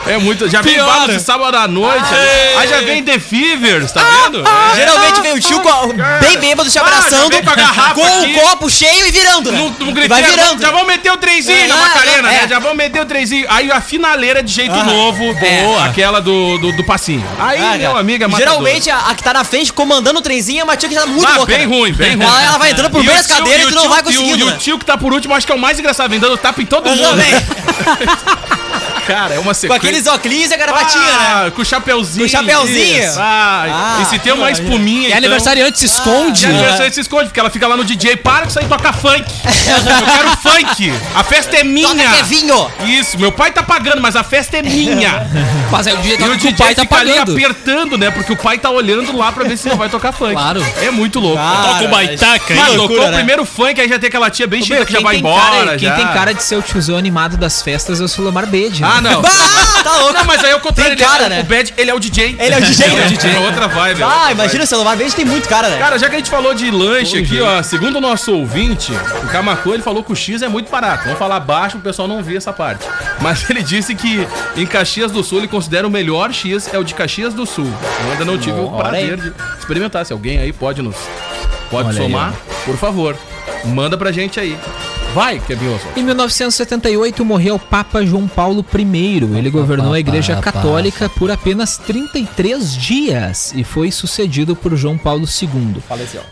É muito. Já vem Pior. Balas de Sábado à Noite. Aí já vem The Fevers, tá vendo? É. Ah, Geralmente vem o tio com a, bem bêbado se Ah, já abraçando, vem com a garrafa com o aqui. copo cheio e virando, né? Não, não E gritei, vai já virando. vão- Já vão meter o trenzinho na É, Macarena, é. né? Já vão meter o trenzinho. Aí a finaleira de jeito novo, É. boa, aquela do, do, do passinho. Aí, Ah, meu cara. amigo, é matador. Geralmente a, a que tá na frente comandando o trenzinho é uma tia que tá muito Ah, louca. bem né? ruim, bem ruim. Ela, ela vai entrando por E meio o das tio- e cadeiras o e tu não tio- vai E conseguindo, o, e né? o tio né? que tá por último, acho que é o mais engraçado, vem dando tapa em todo Eu mundo. também. Cara, é uma Com sequência. aqueles óculos e a gravatinha, né? Ah, Com o chapeuzinho. Com o chapeuzinho. Isso. Ah, Ah, é e se tem uma espuminha, E Então- aniversariante se esconde? de aniversário se esconde, né? porque ela fica lá no DJ. Para que isso aí toca funk. Eu quero funk. A festa é Toca minha. Kevinho! Isso, meu pai tá pagando, mas a festa é minha. é Mas aí o dia E o DJ tá fica ali apertando, né? Porque o pai tá olhando lá pra ver se não vai tocar funk. Claro. É muito louco. Toca o baitaca, aí, Cara, loucura, tocou o né? primeiro funk, aí já tem aquela tia bem chata que já Quem, vai tem, embora. cara, quem já. tem cara de ser o tiozão animado das festas é o Sulomar Bede. né? Ah, não. Ah, tá louco! Não, mas aí é o contrário. Tem ele, cara, é- né? O Bad, ele é o DJ. Ele é o DJ, Ele é né? outra vibe. é outra Ah, imagina o celular, veja, tem muito cara, né? Cara, já que a gente falou de lanche aqui, ó, segundo o nosso ouvinte, o Camacô, ele falou que o X é muito barato. Vamos falar baixo, o pessoal não vê essa parte. Mas ele disse que em Caxias do Sul ele considera o melhor X é o de Caxias do Sul. Eu ainda não tive o Olha prazer de experimentar. Se alguém aí pode nos pode somar, por favor, manda pra gente aí. Vai, Kevin Oswald. Em 1978 morreu o Papa João Paulo I. Ele governou a Igreja Católica por apenas 33 dias e foi sucedido por João Paulo II.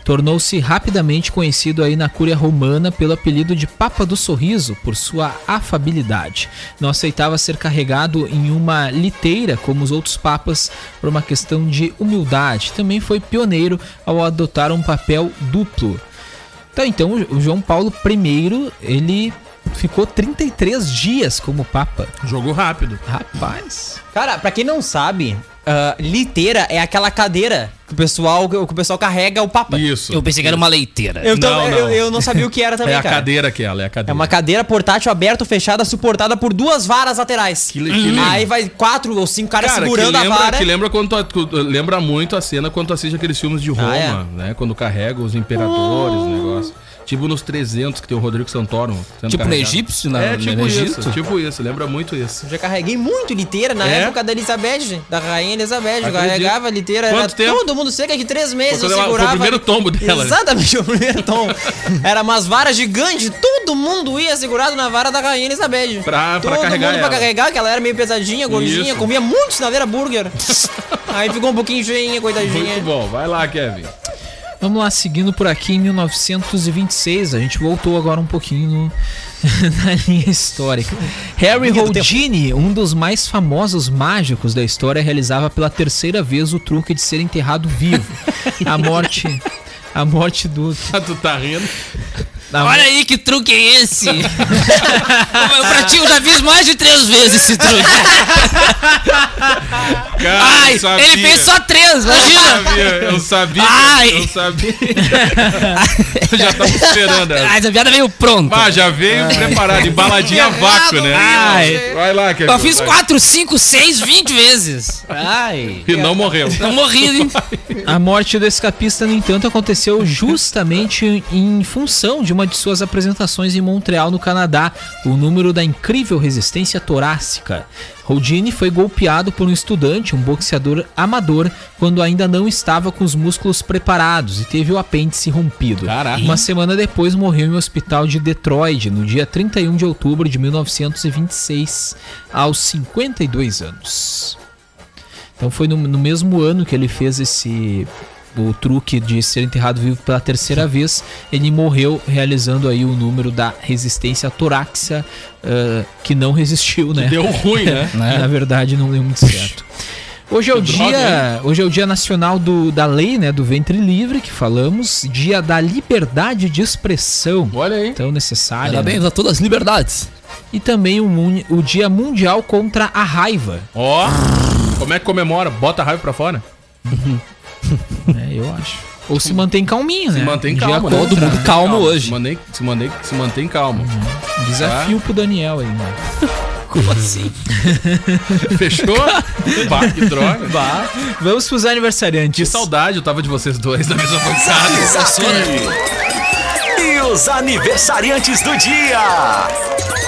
Tornou-se rapidamente conhecido aí na Cúria Romana pelo apelido de Papa do Sorriso por sua afabilidade. Não aceitava ser carregado em uma liteira como os outros papas por uma questão de humildade. Também foi pioneiro ao adotar um papel duplo. Então, então o João Paulo I, ele ficou 33 dias como Papa. Jogo rápido. Rapaz. Cara, pra quem não sabe, ah, liteira é aquela cadeira que o pessoal, que o pessoal carrega o papa. Isso. Eu pensei que era uma leiteira. Eu, tam- Não, não. Eu, eu não sabia o que era também, é a cara. cadeira que ela é a cadeira. É uma cadeira portátil aberta ou fechada, suportada por duas varas laterais. Uhum. Que le- que lindo. Aí vai quatro ou cinco caras Cara, segurando que lembra, a vara. que lembra quando tu- tu- lembra muito a cena quando tu assiste aqueles filmes de Ah, Roma, é? né? Quando carrega os imperadores, Oh. o negócio. Tipo nos 300 que tem o Rodrigo Santoro. sendo Tipo no carregado. egípcio, na- É, no tipo Egito? isso, tipo isso, lembra muito isso. Eu já carreguei muito liteira na É? época da Elizabeth, gente, da rainha Elizabeth. Eu Acredito. carregava liteira. Quanto tempo? Todo mundo cerca de três meses. Foi eu quando ela- foi o segurava. primeiro tombo dela, né? Exatamente, o primeiro tombo. Era umas varas gigantes. Todo mundo ia segurado na vara da rainha Elizabeth. Pra- pra Todo carregar mundo pra ela. carregar, que ela era meio pesadinha, gordinha. Isso. Comia muito sinadeira burger. Aí ficou um pouquinho cheinha, é. coitadinha. Muito bom, vai lá, Kevin. Vamos lá, seguindo por aqui em 1926. A gente voltou agora um pouquinho no- na linha histórica. Harry Houdini, um dos mais famosos mágicos da história, realizava pela terceira vez o truque de ser enterrado vivo. A morte. A morte do. tu tá rindo. a Olha aí que truque é esse! pra ti, eu já fiz mais de três vezes esse truque. Cara, Ai, Ah, eu sabia. ele fez só três, Eu imagina! sabia, eu sabia. Ai. Eu sabia. eu já tava esperando essa. Ah, essa piada veio pronta. Bah, já veio preparado, embaladinha a vácuo, né? Ai. Vai lá, Kevin. eu fiz vai. quatro, cinco, seis, vinte vezes. Ai. E não morreu. Eu morri, hein? A morte do escapista, no entanto, aconteceu justamente em função de uma de suas apresentações em Montreal, no Canadá, o número da incrível resistência torácica. Houdini foi golpeado por um estudante, um boxeador amador, quando ainda não estava com os músculos preparados e teve o apêndice rompido. Caraca. Uma semana depois morreu em um hospital de Detroit, no dia 31 de outubro de 1926, aos 52 anos. Então foi no, no mesmo ano que ele fez esse o truque de ser enterrado vivo pela terceira vez. Ele morreu realizando aí o número da resistência torácica ah, que não resistiu, né? Deu ruim, né? É. Na verdade, não deu muito certo. Hoje é o droga, dia, hoje é o dia nacional do, da lei, né, do ventre livre que falamos, dia da liberdade de expressão, Olha aí. tão necessária. né? Parabéns a todas as liberdades. E também o, mun- o dia mundial contra a raiva. Ó, como é que comemora? Bota a raiva pra fora? É, eu acho. Ou se mantém calminho, né? Se mantém Um calmo, dia né? Todo mundo calmo Calma, hoje. Se mantém, se, mantém, se mantém calmo. Tá. Desafio pro Daniel aí, mano. Como assim? Fechou? Pá, que droga. Vamos pros Que aniversariantes. saudade eu tava de vocês dois na mesma bancada. Zap. E os aniversariantes do dia.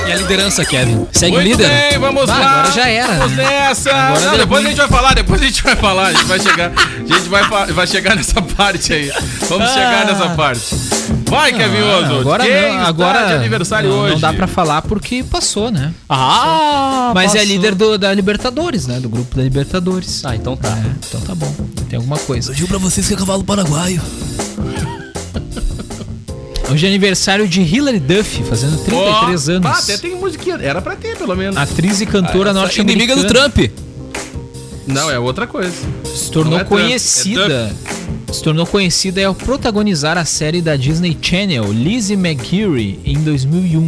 E a liderança, Kevin? Segue o Muito líder. bem, vamos Bah, lá. Agora já era. Vamos né? nessa. Não, deu depois a ruim. gente vai falar, depois a gente vai falar. A gente vai chegar, a gente vai, fa- vai chegar nessa parte aí. Vamos chegar nessa parte. Vai, Kevin Oswald. Ah, Agora Quem não, está agora de aniversário não, hoje. não dá pra falar porque passou, né? Ah! Mas é líder do- da Libertadores, né? Do grupo da Libertadores. Ah, então tá. É, então tá bom. Tem alguma coisa. digo pra vocês que é cavalo paraguaio. Hoje é aniversário de Hilary Duff, fazendo 33 Ó, anos. Ah. pá, até tem musiquinha. Era pra ter, pelo menos. Atriz e cantora Ah, norte-americana. Inimiga do Trump. Não, é outra coisa. Se tornou Não é Trump, é conhecida. se tornou conhecida é ao protagonizar a série da Disney Channel Lizzie McGuire em 2001.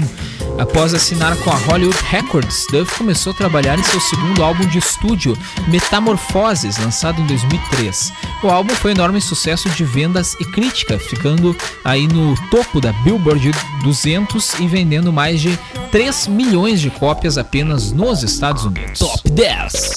Após assinar com a Hollywood Records, Duff começou a trabalhar em seu segundo álbum de estúdio, Metamorfoses, lançado em 2003. O álbum foi um enorme sucesso de vendas e crítica, ficando aí no topo da Billboard 200 e vendendo mais de 3 milhões de cópias apenas nos Estados Unidos. Top 10.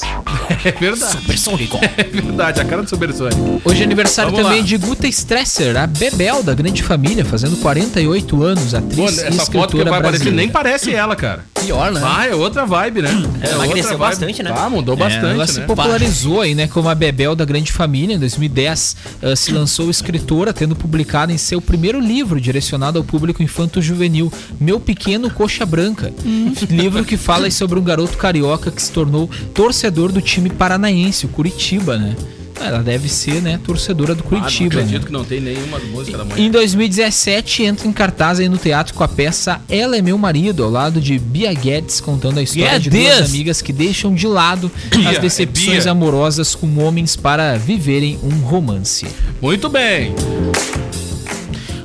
É verdade. Persônico. É verdade. A cara do Super Sonic. Hoje é aniversário Vamos também lá. de Guta Stresser, a Bebel da Grande Família, fazendo 48 anos, Pô, atriz e essa escritora foto que vai aparecer brasileira. nem parece ela, cara. Pior, né? Ah, é outra vibe, né? É Ela emagreceu outra vibe. bastante, né? Ah, mudou É, ela bastante, se né? popularizou aí, né, como a Bebel da Grande Família, em 2010, eh, se lançou escritora, tendo publicado em seu primeiro livro, direcionado ao público infanto-juvenil, Meu Pequeno Coxa Branca, livro que fala aí sobre um garoto carioca que se tornou torcedor do time paranaense, o Curitiba, né? Ela deve ser, né, torcedora do Ah, não Curitiba. né? acredito que não tem nenhuma música da manhã. Em 2017, entra em cartaz aí no teatro com a peça Ela é Meu Marido, ao lado de Bia Guedes, contando a história de duas Guedes! amigas que deixam de lado Bia, as é decepções Bia. amorosas com homens para viverem um romance. Muito bem.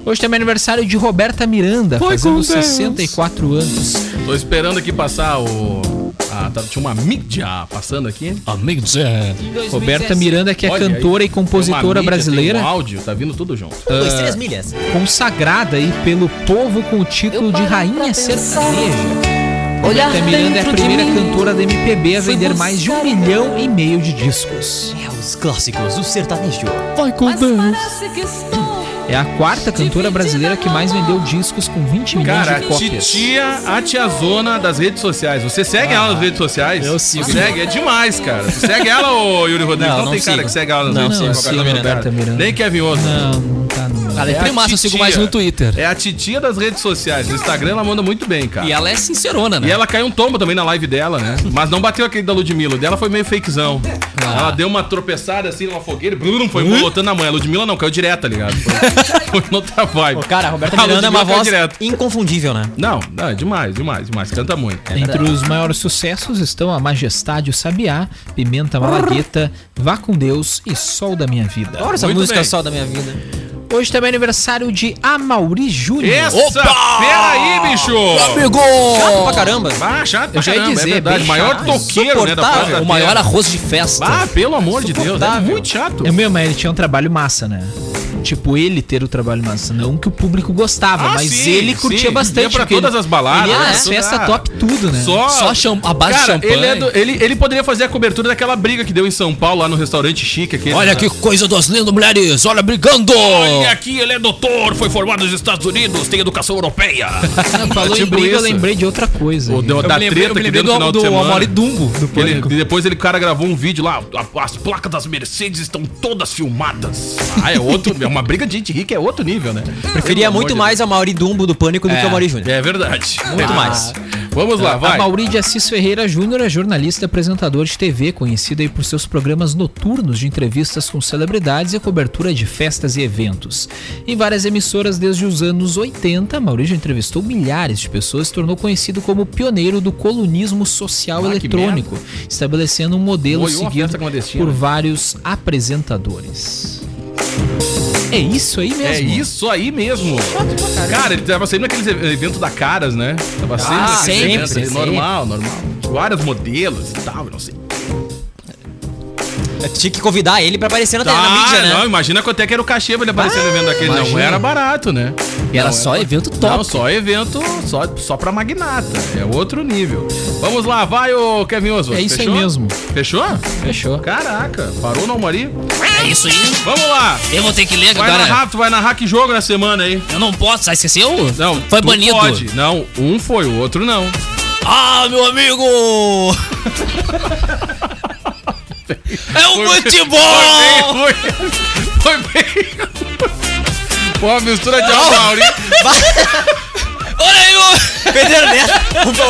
Hoje também é aniversário de Roberta Miranda, Foi com fazendo Deus. 64 anos. Tô esperando aqui passar o. Ah, tá, tinha uma mídia passando aqui. Amigo do é, Roberta Miranda, que é Olha aí, cantora e tem uma compositora mídia, brasileira, Tem um áudio, tá vindo tudo junto. Um, dois, três milhas. consagrada aí pelo povo com o título de Rainha Sertaneja. Roberta Miranda é a primeira cantora da MPB a vender mais de um milhão e meio de discos. É, os clássicos do sertanejo. É a quarta cantora brasileira que mais vendeu discos com 20 milhões Cara, de cópias. titia, a tiazona das redes sociais. Você segue ela nas redes sociais? eu sigo. Segue, é demais, cara. Tu segue ela, ô Yuri Rodrigues? Não, Não, não tem cara sigo. que segue ela nas Não, redes não, sociais. sigo Roberta Miranda. Miranda. Miranda. Nem Kevin Oswald. Não, não tá no. Ela é, a primaça, eu sigo titia. mais no Twitter. É a titia das redes sociais. No Instagram ela manda muito bem, cara. E E ela, ela é sincerona, né? caiu um tombo também na live dela, né? Mas não bateu aquele da Ludmilla. O dela foi meio fakezão. Ela deu uma tropeçada assim numa fogueira e blum, foi botando na mão. A Ludmilla não, caiu direto, tá ligado? Foi, foi noutra vibe. Cara, a Roberta Miranda é Ludmilla uma caiu voz direto. inconfundível, né? Não, não, é demais, demais, demais. Canta muito. Entre os maiores sucessos estão A Majestade, O Sabiá, Pimenta Malagueta, Vá com Deus e Sol da Minha Vida. Adoro essa Muito música bem. só da minha vida. Hoje também é aniversário de Amaury Júnior. Essa fera aí, bicho! Chato pra caramba. Ah, chato pra Eu já ia caramba, dizer, é verdade. bem maior chato, toqueiro, né, da insuportável. Praça da O maior Terra. arroz de festa. Ah, pelo amor de Deus, é Insuportável. muito chato. É mesmo, mas ele tinha um trabalho massa, né? Tipo, ele ter o trabalho massa. Não que o público gostava, Ah, mas sim, ele curtia sim. bastante. Ia pra porque todas ele- as baladas, Ele ia né? nas Tudo, festas ah, top tudo, né? Só, Só cham- a base de Cara, champanhe. Ele, é do- ele, ele poderia fazer a cobertura daquela briga que deu em São Paulo, lá no restaurante chique. Aquele, Olha que coisa dos lindos, mulheres. Olha, brigando. Olha aqui, ele é doutor, foi formado nos Estados Unidos, tem educação europeia. Ah, Falou tipo em briga, eu isso. lembrei de outra coisa. O aí. da, da me lembrei- eu treta me que lembrei deu no do- final de do semana. Amaury Dumbo, do Ele- Pânico. depois ele, cara, gravou um vídeo lá. "A- as placas das Mercedes estão todas filmadas. Ah, é outro. é uma briga de gente rica, é outro nível, né? Preferia Pelo amor muito de mais a Mauri Dumbo do Pânico do que a Mauri Júnior. É verdade. Muito mais. Vamos lá, A Ah, vai. Mauri de Assis Ferreira Júnior é jornalista e apresentador de TV, conhecido aí por seus programas noturnos de entrevistas com celebridades e a cobertura de festas e eventos. Em várias emissoras desde os anos 80, Mauri já entrevistou milhares de pessoas e se tornou conhecido como pioneiro do colunismo social Ah, que eletrônico, estabelecendo um modelo Oi, uma festa seguido clandestina. né? por vários apresentadores. É isso aí mesmo. É isso aí mesmo. Cara, ele tava sempre naqueles ev- evento da Caras, né? Tava sempre Ah, naqueles sempre, eventos, sempre. Normal, normal. Vários modelos e tal, não sei. Tinha que convidar ele pra aparecer na, Tá, na mídia, né? não, imagina quanto é que era o cachê pra ele aparecer no evento daquele. Não imagina. era barato, né? E era Não, só evento Não, top. só evento, só, só pra magnata. É outro nível. Vamos lá, vai, ô Kevin Oswald. É isso aí mesmo. Fechou? Fechou. Caraca, parou no Almari? É isso aí. Vamos lá. Eu vou ter que ler Vai é. agora. narrar, tu vai narrar que jogo na semana aí. Eu não posso. Ah, esqueceu? Não, Foi tu banido. Pode. Não, um foi, o outro não. Ah, meu amigo! é o futebol! Foi bem ruim. Foi bem. Pô, a mistura de Amauri. Olha aí, meu...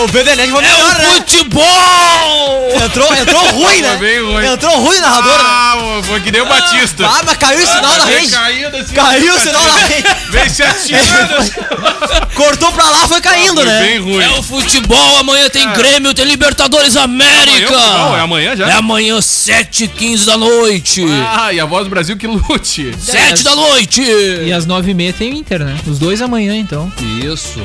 O, o Bedelete foi É melhor, o né? futebol! Entrou, entrou ruim, Foi bem ruim. né? Entrou ruim o narrador, né? Ah, ô, foi que nem o Batista. Ah, mas caiu o sinal na Vem rede. Caindo, assim, Caiu o sinal na rede. Vem se atirando. Cortou pra lá, foi caindo, Foi né? Tá, bem ruim. É o futebol, amanhã tem Grêmio, tem Libertadores América! É. Amanhã? Não, é amanhã já? É amanhã, 7h15 da noite! Ah, e a voz do Brasil que lute. 7 da noite! E às nove e meia tem o Inter, né? Os dois amanhã, então. Isso.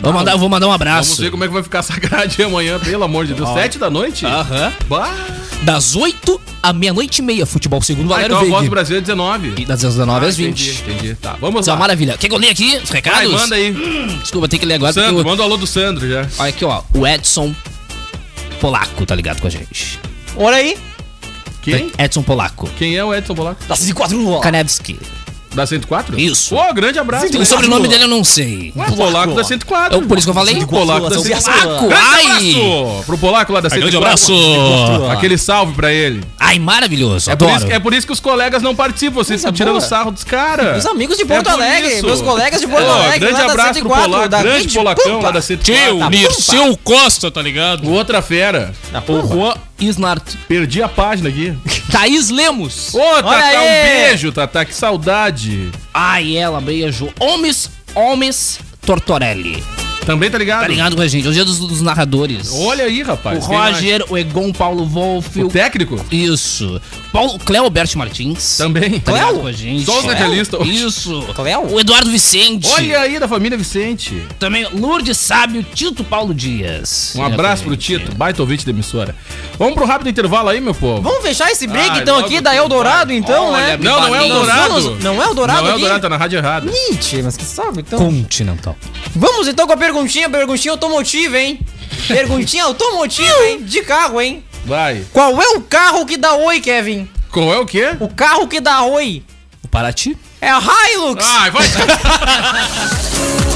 Vou mandar, eu vou mandar um Vamos abraço. ver como é que vai ficar essa grade amanhã, pelo amor de Deus. Sete da noite? Ah, Aham. Bah. Das 8 à meia-noite e meia, futebol segundo Ah, Valério então a voz do Veiga. Brasil é 19. E das 19 às Ah, 20. Entendi, entendi. Tá, vamos Isso é lá. uma maravilha. Quer que eu leia aqui os Vai, recados? manda aí. Desculpa, tem que ler agora Sandro, porque eu... manda o alô do Sandro já. Olha aqui, ó. O Edson Polaco tá ligado com a gente. Olha aí. Quem? Edson Polaco. Quem é o Edson Bolaco? Tá se quadrou. Kanevski. Da 104? Isso. Ô, grande abraço. né? O sobrenome dele eu não sei. Ué, Polaco da 104. É por isso que eu falei. O Polaco da São 104. Polaco, Grande ai. abraço Pro Polaco lá da 104. Grande abraço. Aquele salve pra ele. Ai, maravilhoso. É por, adoro. isso, é por isso que os colegas não participam, vocês Coisa estão tirando boa. sarro dos caras. Meus amigos de Porto por Alegre, isso. meus colegas de Porto é Ó, Alegre, Grande é lá tá da abraço 104, pro Polaco, da grande Rede Polacão Pampa. lá da 104. Tio, Tá, Nirceu Costa, tá ligado? Outra fera. O Juan Isnart. Perdi a página aqui. Thaís Lemos. Ô, Tatá, um aí. beijo, Tatá, que saudade. Ai, ela, beijo. Homens, homens, Tortorelli. Também tá ligado? Tá ligado com a gente? Hoje é dos, dos narradores. Olha aí, O rapaz. quem mais? Roger, o Egon, Paulo Wolff. O técnico? Isso. Paulo Cleobert Martins. Também. Tá ligado com a gente. Só os radialistas hoje. Isso. Cléo? O Eduardo Vicente. Olha aí, da família Vicente. Também Lourdes Sábio, Tito Paulo Dias. Um abraço pro Tito, baita ouvinte da emissora. Vamos pro rápido intervalo aí, meu povo. Vamos fechar esse break Ah, então logo aqui que da vai. Eldorado então, Olha, né? Não, não é o Nós Dourado. vamos- não é o Dourado Não é o aqui? Dourado, tá na rádio errada. Gente, mas que salve então. Um Continental. Vamos então com a perguntinha, perguntinha automotiva, hein? Perguntinha automotiva, hein? De carro, hein? Vai. Qual é o carro que dá oi, Kevin? Qual é o quê? O carro que dá oi O Paraty. é a Hilux. Ah, Ai, vai.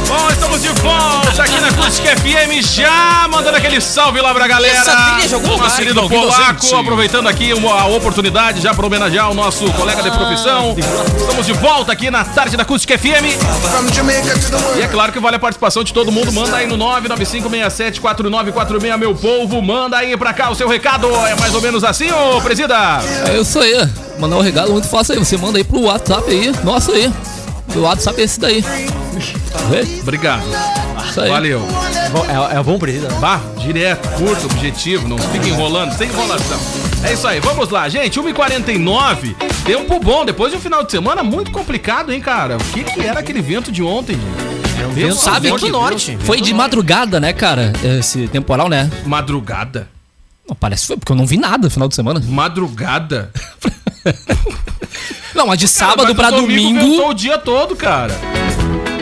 Bom, estamos de volta aqui na Acústica FM, já mandando aquele salve lá pra galera. Essa trilha jogou Nosso no ar, querido Polaco, aproveitando aqui uma- a oportunidade já para homenagear o nosso colega Ah. de profissão. Estamos de volta aqui na tarde da Acústica FM. E é claro que vale a participação de todo mundo. Manda aí no 995674946, meu povo. Manda aí pra cá o seu recado. É mais ou menos assim, ô presida. É isso aí. Mandar um regalo muito fácil aí. Você manda aí pro WhatsApp aí. Nossa aí. O WhatsApp é esse daí. É Obrigado. isso aí. Valeu. É, é bom, presida. né? Bah, direto, curto, objetivo, não fica enrolando, sem enrolação. É isso aí, vamos lá, gente. 1h49, tempo bom, depois de um final de semana muito complicado, hein, cara? O que, que era aquele vento de ontem, É gente? um Pelo amor Sabe de que Deus. foi de madrugada, né, cara? Esse temporal, né? Madrugada? Não, parece que foi, porque eu não vi nada no final de semana. Madrugada? Não, mas de Cara, sábado mas pra o domingo. Ventou o dia todo, cara.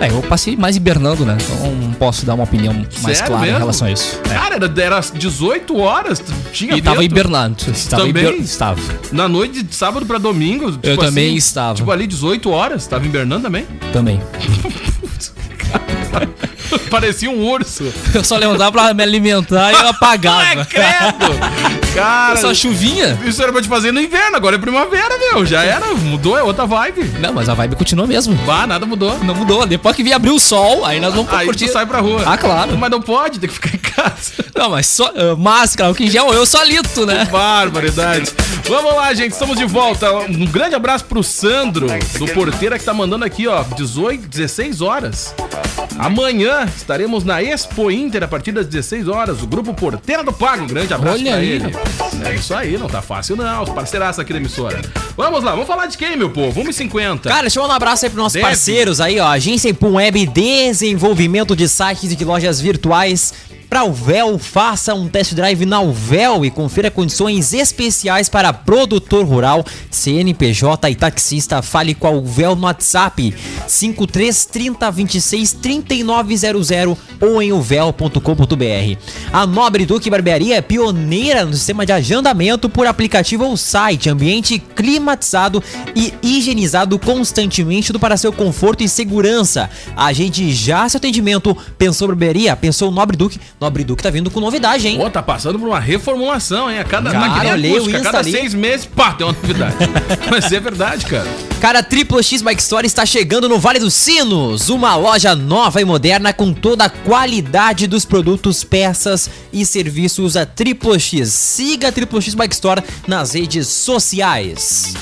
É, eu passei mais hibernando, né? Então não posso dar uma opinião mais Sério clara mesmo? em relação a isso. Cara, era, era às 18 horas, tinha É. E tava vento. hibernando. Estava Também? hiber- Estava. Na noite de sábado pra domingo, tipo Eu também estava. Tipo ali 18 horas, tava hibernando também. Também. Parecia um urso. Eu só levantava pra me alimentar e eu Ai, apagava. credo! Cara, Tá Só chuvinha? isso era pra te fazer no inverno, agora é primavera, meu. Já era, mudou, é outra vibe. Não, mas a vibe continua mesmo. Bah, nada mudou. Não mudou. Depois que vier abrir o sol, aí nós vamos Aí tu sai pra rua. Ah, claro. Mas não pode, tem que ficar em casa. Não, mas só ah, máscara, o em gel, eu só lito, né? Barbaridade. Vamos lá, gente, estamos de volta. Um grande abraço pro Sandro, do Porteira, que tá mandando aqui, ó, 18, 16 horas. Amanhã estaremos na Expo Inter a partir das 16 horas. O grupo Porteira do Pago. Um Grande abraço Olha pra aí, ele. É isso aí, não tá fácil não. Os parceiraços aqui da emissora. Vamos lá, vamos falar de quem, meu povo? 1h50. Cara, deixa eu mandar um abraço aí pros nossos Deve. parceiros aí, ó. Agência Ipum Web, desenvolvimento de sites e de lojas virtuais. Para o Véu, faça um test drive na Uvel e confira condições especiais para produtor rural, CNPJ e taxista. Fale com a Uvel no WhatsApp 5330 26 3900 ou em uvel.com.br. A Nobre Duque Barbearia é pioneira no sistema de agendamento por aplicativo ou site, ambiente climatizado e higienizado constantemente tudo para seu conforto e segurança. Agende já seu atendimento. Pensou barbearia? Pensou Nobre Duque? Nobre Duque tá vindo com novidade, hein? Ô, tá passando por uma reformulação, hein? A cada, Cara, na- na olhei o acústica, a Insta cada ali. seis meses, pá, tem uma novidade. Mas é verdade, cara. Cara, a Triple X Bike Store está chegando no Vale dos Sinos, uma loja nova e moderna com toda a qualidade dos produtos, peças e serviços da Triple X. Siga a Triple X Bike Store nas redes sociais.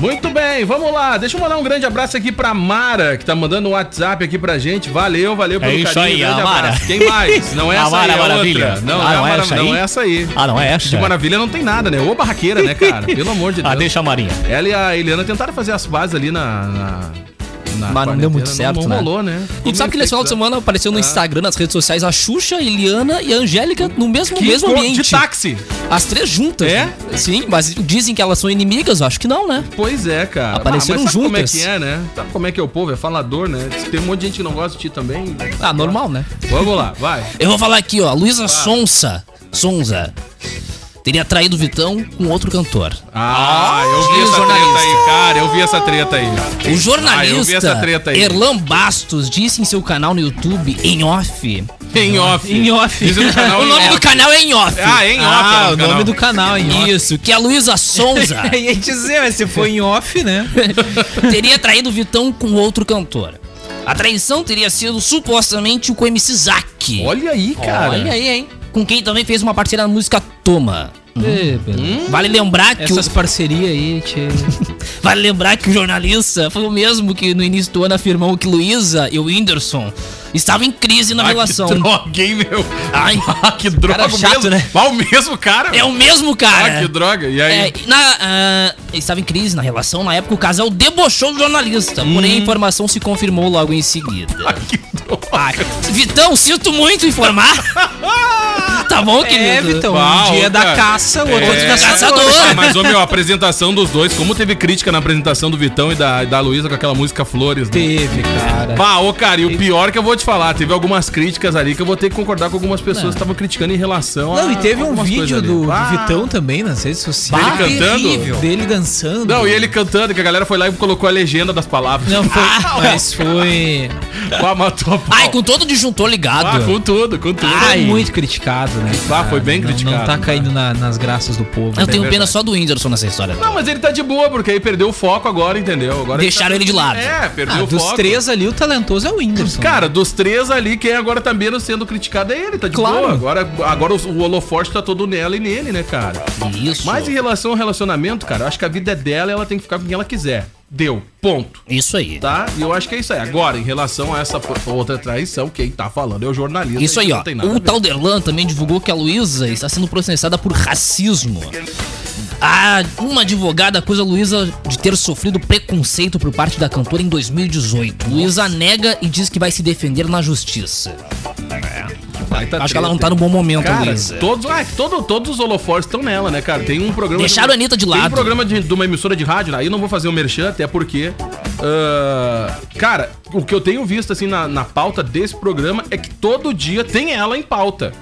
Muito bem, vamos lá. Deixa eu mandar um grande abraço aqui pra Mara, que tá mandando um WhatsApp aqui pra gente. Valeu, valeu pelo É isso aí, grande a Mara. abraço. Quem mais? Não é A essa Mara aí, é Maravilha. outra. Não, Ah, não, é a não é Mara- essa aí? não é essa aí. Ah, não é De essa? maravilha não tem nada, né? Ô barraqueira, né, cara? Pelo amor de Deus. Ah, deixa a Marinha. Ela e a Eliana tentaram fazer as bases ali na... na... na Mas não deu muito quarentena, certo, não, né? não rolou, né? E tu sabe que nesse final de semana apareceu no Instagram, nas redes sociais, a Xuxa, Eliana e a Angélica no é mesmo, Que mesmo co- ambiente. De táxi. As três juntas. É? né? Sim, mas dizem que elas são inimigas, eu acho que não, né? Pois é, cara. Apareceram Ah, mas sabe juntas. Como é que é, né? Sabe como é que é o povo? É falador, né? Tem um monte de gente que não gosta de ti também. Ah, normal, né? Vamos lá, vai. Eu vou falar aqui, ó. Luísa Sonsa. Sonza. Teria traído o Vitão com outro cantor. Ah, eu vi Diz, essa treta jornalista. aí, cara. Eu vi essa treta aí. O Ah, eu vi essa jornalista treta aí. Erlan Bastos disse em seu canal no YouTube, em off. Em off. Em off. Diz no canal o em nome off. do canal é em off. Ah, em off. Ah, é o canal. nome do canal, hein? ó. Isso, que a Luísa Sonza Eu ia dizer, mas se foi em off, né? teria traído Vitão com outro cantor. A traição teria sido supostamente com o MC Zack. Olha aí, cara. Olha aí, hein? Com quem também fez uma parceria na música Toma. Hum. Ê, Pedro, Vale lembrar que o- Essas parcerias aí, tchê. Vale lembrar que o jornalista foi o mesmo que no início do ano afirmou que Luísa e o Whindersson estavam em crise na Ai, relação. Ah, Que droga, hein, meu? Ai. Ah, que droga. Cara chato, mesmo. né? Ah, o mesmo cara. É o mesmo Ah, cara. que droga. E aí? É, e na, ah, ele estava em crise na relação. Na época, o casal debochou do jornalista. Porém, a Hum. informação se confirmou logo em seguida. Ah, que droga. Vitão, sinto muito informar. tá bom, querido? É, Vitão, Uau, um dia é da cara. caça, o outro é, da caçador. caçador. Ah, mas, ô, meu, a apresentação dos dois, como teve crítica na apresentação do Vitão e da, e da Luísa com aquela música Flores, né? Teve, cara. Bah, ô, cara, e o pior que eu vou te falar, teve algumas críticas ali que eu vou ter que concordar com algumas pessoas que estavam criticando em relação a Não, e teve um algumas vídeo coisas ali. do, do Ah, Vitão também nas redes sociais. Dele cantando? terrível. Dele dançando. Não, e ele cantando, que a galera foi lá e colocou a legenda das palavras. Não, foi. mas foi. Bah, matou a pau. Ai, com todo o disjuntor Ah, ligado. com tudo, com tudo. Foi muito criticado, né? Ah, foi bem Não- Não criticado, tá né? caindo na- nas graças do povo. Eu né? tenho pena só do Whindersson nessa história. Ah, é Não, mas ele tá de boa, porque aí perdeu o foco agora, entendeu? Agora Deixaram ele de tá... lado. É, perdeu Ah, o dos foco. três ali, o talentoso é o Whindersson. Cara, dos três ali, quem agora tá menos sendo criticado é ele, tá de Claro. boa. Agora, agora o, o holoforte tá todo nela e nele, né, cara? Isso. Mas em relação ao relacionamento, cara, eu acho que a vida é dela e ela tem que ficar com quem ela quiser. Deu. Ponto. Isso aí. Tá? E eu acho que é isso aí. Agora, em relação a essa po- outra traição, quem tá falando é o jornalista. Isso aí, que ó. Um não tem nada a O ver. Talderlan também divulgou que a Luísa está sendo processada por racismo. Ah, uma advogada acusa a Luísa de ter sofrido preconceito por parte da cantora em 2018. Luísa nega e diz que vai se defender na justiça. É. Baita Acho que ela não treta, tá no bom momento, Cara, Luísa. todos, ah, todo, todos os holofortes estão nela, né, cara? Tem um programa. Deixaram a Anitta de Tem um lado. programa de, de uma emissora de rádio, né? aí eu não vou fazer o merchan, até porque. ah, cara, o que eu tenho visto, assim, na, na pauta desse programa é que todo dia tem ela em pauta.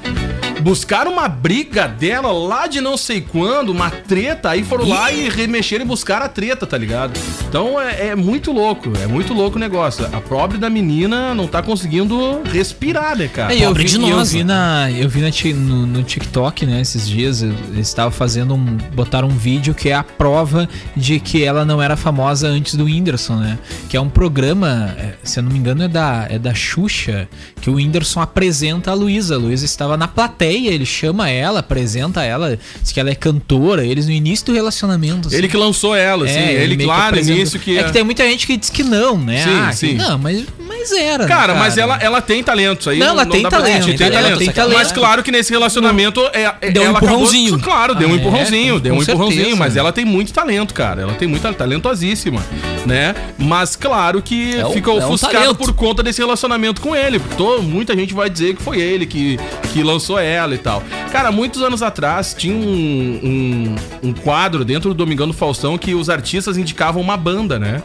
Buscaram uma briga dela lá de não sei quando, uma treta, aí foram lá e remexeram e buscaram a treta, tá ligado? Então é, é muito louco, é muito louco o negócio. A pobre da menina não tá conseguindo respirar, né, cara? É, eu Pobre vi, de eu nós, né? vi na, eu vi na ti- no, no TikTok, né, esses dias, eu- eles estavam fazendo um, botaram um vídeo que é a prova de que ela não era famosa antes do Whindersson, né, que é um programa, é, se eu não me engano é da, é da Xuxa, que o Whindersson apresenta a Luísa, a Luísa estava na plateia, ele chama ela, apresenta ela, diz que ela é cantora, eles no início do relacionamento, assim. Ele que lançou ela, assim. É, ele, meio lá no apresenta- início que. É que tem muita gente que diz que não, né? Sim, ah, sim. Que, não, mas, mas era. né, Cara, mas ela, ela tem talento. Isso aí Não, ela tem dá pra talento, discutir, ela tem talento. Mas claro que nesse relacionamento é, é- Deu um ela acabou- empurrãozinho. claro, deu um Ah, é, empurrãozinho, com- deu um com empurrãozinho, certeza, mas né? ela tem muito talento, cara. Ela tem muito talentosíssima, né? Mas claro que É um- fica é um ofuscado talento. por conta desse relacionamento com ele. Tô, muita gente vai dizer que foi ele que, que lançou ela e tal. Cara, muitos anos atrás tinha um, um, um quadro dentro do Domingão do Faustão que os artistas indicavam uma banda, né?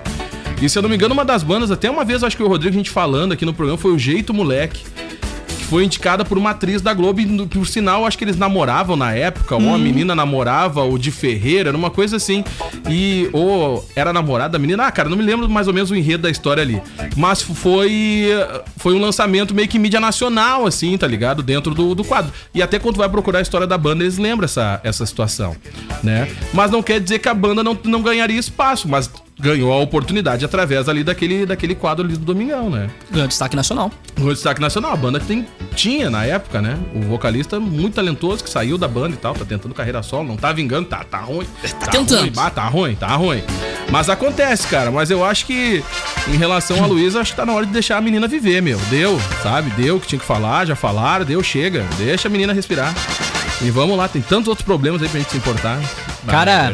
E se eu não me engano, uma das bandas, até uma vez, acho que o Rodrigo, a gente falando aqui no programa, foi o Jeito Moleque. Que foi indicada por uma atriz da Globo, e, no- por sinal, acho que eles namoravam na época, ou uma menina namorava, o de Ferreira, era uma coisa assim. E, ou era namorada da menina, ah, cara, não me lembro mais ou menos o enredo da história ali. Mas foi foi um lançamento meio que mídia nacional, assim, tá ligado? Dentro do, do quadro. E até quando vai procurar a história da banda, eles lembram essa, essa situação, né? Mas não quer dizer que a banda não, não ganharia espaço, mas ganhou a oportunidade através ali daquele, daquele quadro ali do Domingão, né? Ganhou destaque nacional. No destaque nacional, a banda tem, tinha na época, né? O vocalista muito talentoso que saiu da banda e tal, tá tentando carreira solo, não tá vingando, tá, tá ruim. Tá, tentando. Ruim, bah, tá ruim, tá ruim. Mas acontece, cara, mas eu acho que em relação a Luísa, acho que tá na hora de deixar a menina viver, meu. Deu, sabe? Deu o que tinha que falar, já falaram, deu, chega. Deixa a menina respirar. E vamos lá, tem tantos outros problemas aí pra gente se importar. é Cara,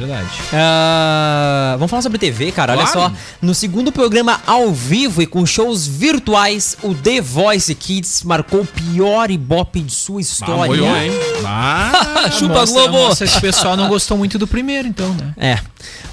ah, vamos falar sobre TV, cara. Olha Claro. só. No segundo programa ao vivo e com shows virtuais, o The Voice Kids marcou o pior ibope de sua Ah, história. moiou, hein? Ah, Chupa Globo! Mostra que o pessoal não gostou muito do primeiro, então, né? É.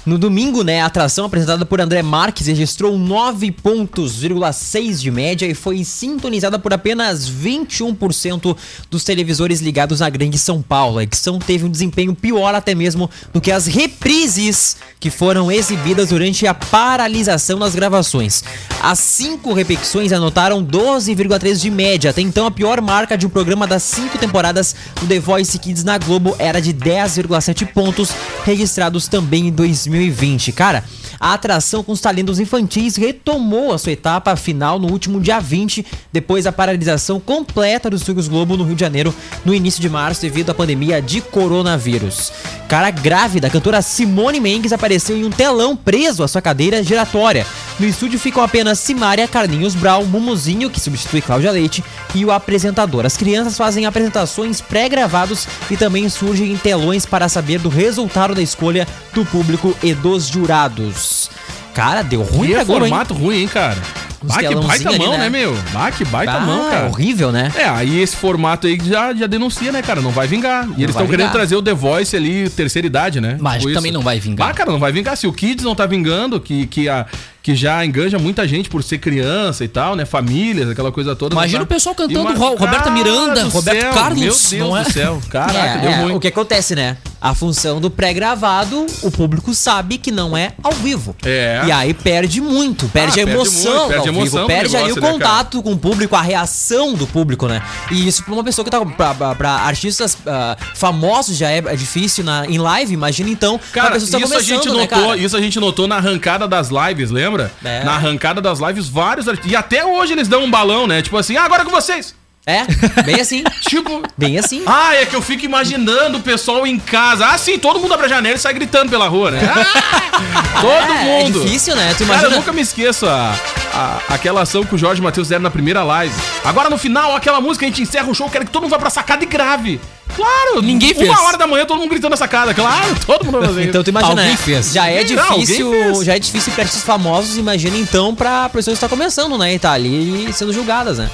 No domingo, né, a atração apresentada por André Marques registrou 9 pontos,6 de média e foi sintonizada por apenas 21% dos televisores ligados na Grande São Paulo. A edição teve um desempenho pior até mesmo do que as reprises que foram exibidas durante a paralisação das gravações. As cinco repetições anotaram 12,3 de média. Até então, a pior marca de um programa das cinco temporadas do The Voice Kids na Globo era de 10,7 pontos, registrados também em 2020. Cara, a atração com os talentos infantis retomou a sua etapa final no último dia 20, depois da paralisação completa dos Circos Globo no Rio de Janeiro no início de março devido à pandemia de coronavírus. Cara grávida, a cantora Simone Mendes apareceu em um telão preso à sua cadeira giratória. No estúdio ficam apenas Simária, Carlinhos Brau, Mumuzinho, que substitui Cláudia Leite, e o apresentador. As crianças fazem apresentações pré-gravados e também surgem em telões para saber do resultado da escolha do público e dos jurados. Cara, deu ruim Que pra Globo, hein? formato ruim, hein, cara? Uns Bah, que baita telãozinho ali, mão, né, né? meu? Bah, que baita Bah, mão, cara. horrível, né? É, aí esse formato aí que já, já denuncia, né, cara? Não vai vingar. E eles vai estão querendo vingar. trazer o The Voice ali, terceira idade, né? Mas Tipo também não vai vingar. Ah, cara, não vai vingar. Se o Kids não tá vingando, que, que, a, que já enganja muita gente por ser criança e tal, né? Famílias, aquela coisa toda. não Imagina tá- o pessoal cantando Ima- Ro- Roberta Cara Miranda, do Roberto céu, Carlos, Meu Deus não é? do céu. Caraca, É, deu é, ruim. O que acontece, né? A função do pré-gravado, o público sabe que não é ao vivo. É. E aí perde muito, Ah, perde a perde emoção muito, perde a ao emoção vivo, do perde ali o negócio, né, cara? contato com o público, a reação do público, né? E isso pra uma pessoa que tá pra, pra- pra artistas ah, famosos já é difícil na, em live, imagina então Cara, pra pessoa isso que tá a gente começando, né, notou, cara? isso a gente notou na arrancada das lives, lembra? É. Na arrancada das lives, vários artistas. E até hoje eles dão um balão, né? Tipo assim, ah, agora é com vocês! É, bem assim, Tipo. bem assim. Ah, é que eu fico imaginando o pessoal em casa. Ah, sim, todo mundo abre a janela e sai gritando pela rua, né? Ah, todo É, mundo. É difícil, né? Tu Cara, eu imagina... nunca me esqueço a, a- aquela ação que o Jorge Matheus deram na primeira live. Agora no final, aquela música, a gente encerra o show, quero que todo mundo vá pra sacada e grave. Claro, Ninguém uma fez. hora da manhã todo mundo gritando na sacada. Claro, todo mundo vai fazer isso. Então tu imagina, Alguém né? fez. já é Não, alguém difícil, fez. já é difícil para artistas famosos, imagina então pra pessoas que estão começando, né, e tá ali sendo julgadas, né?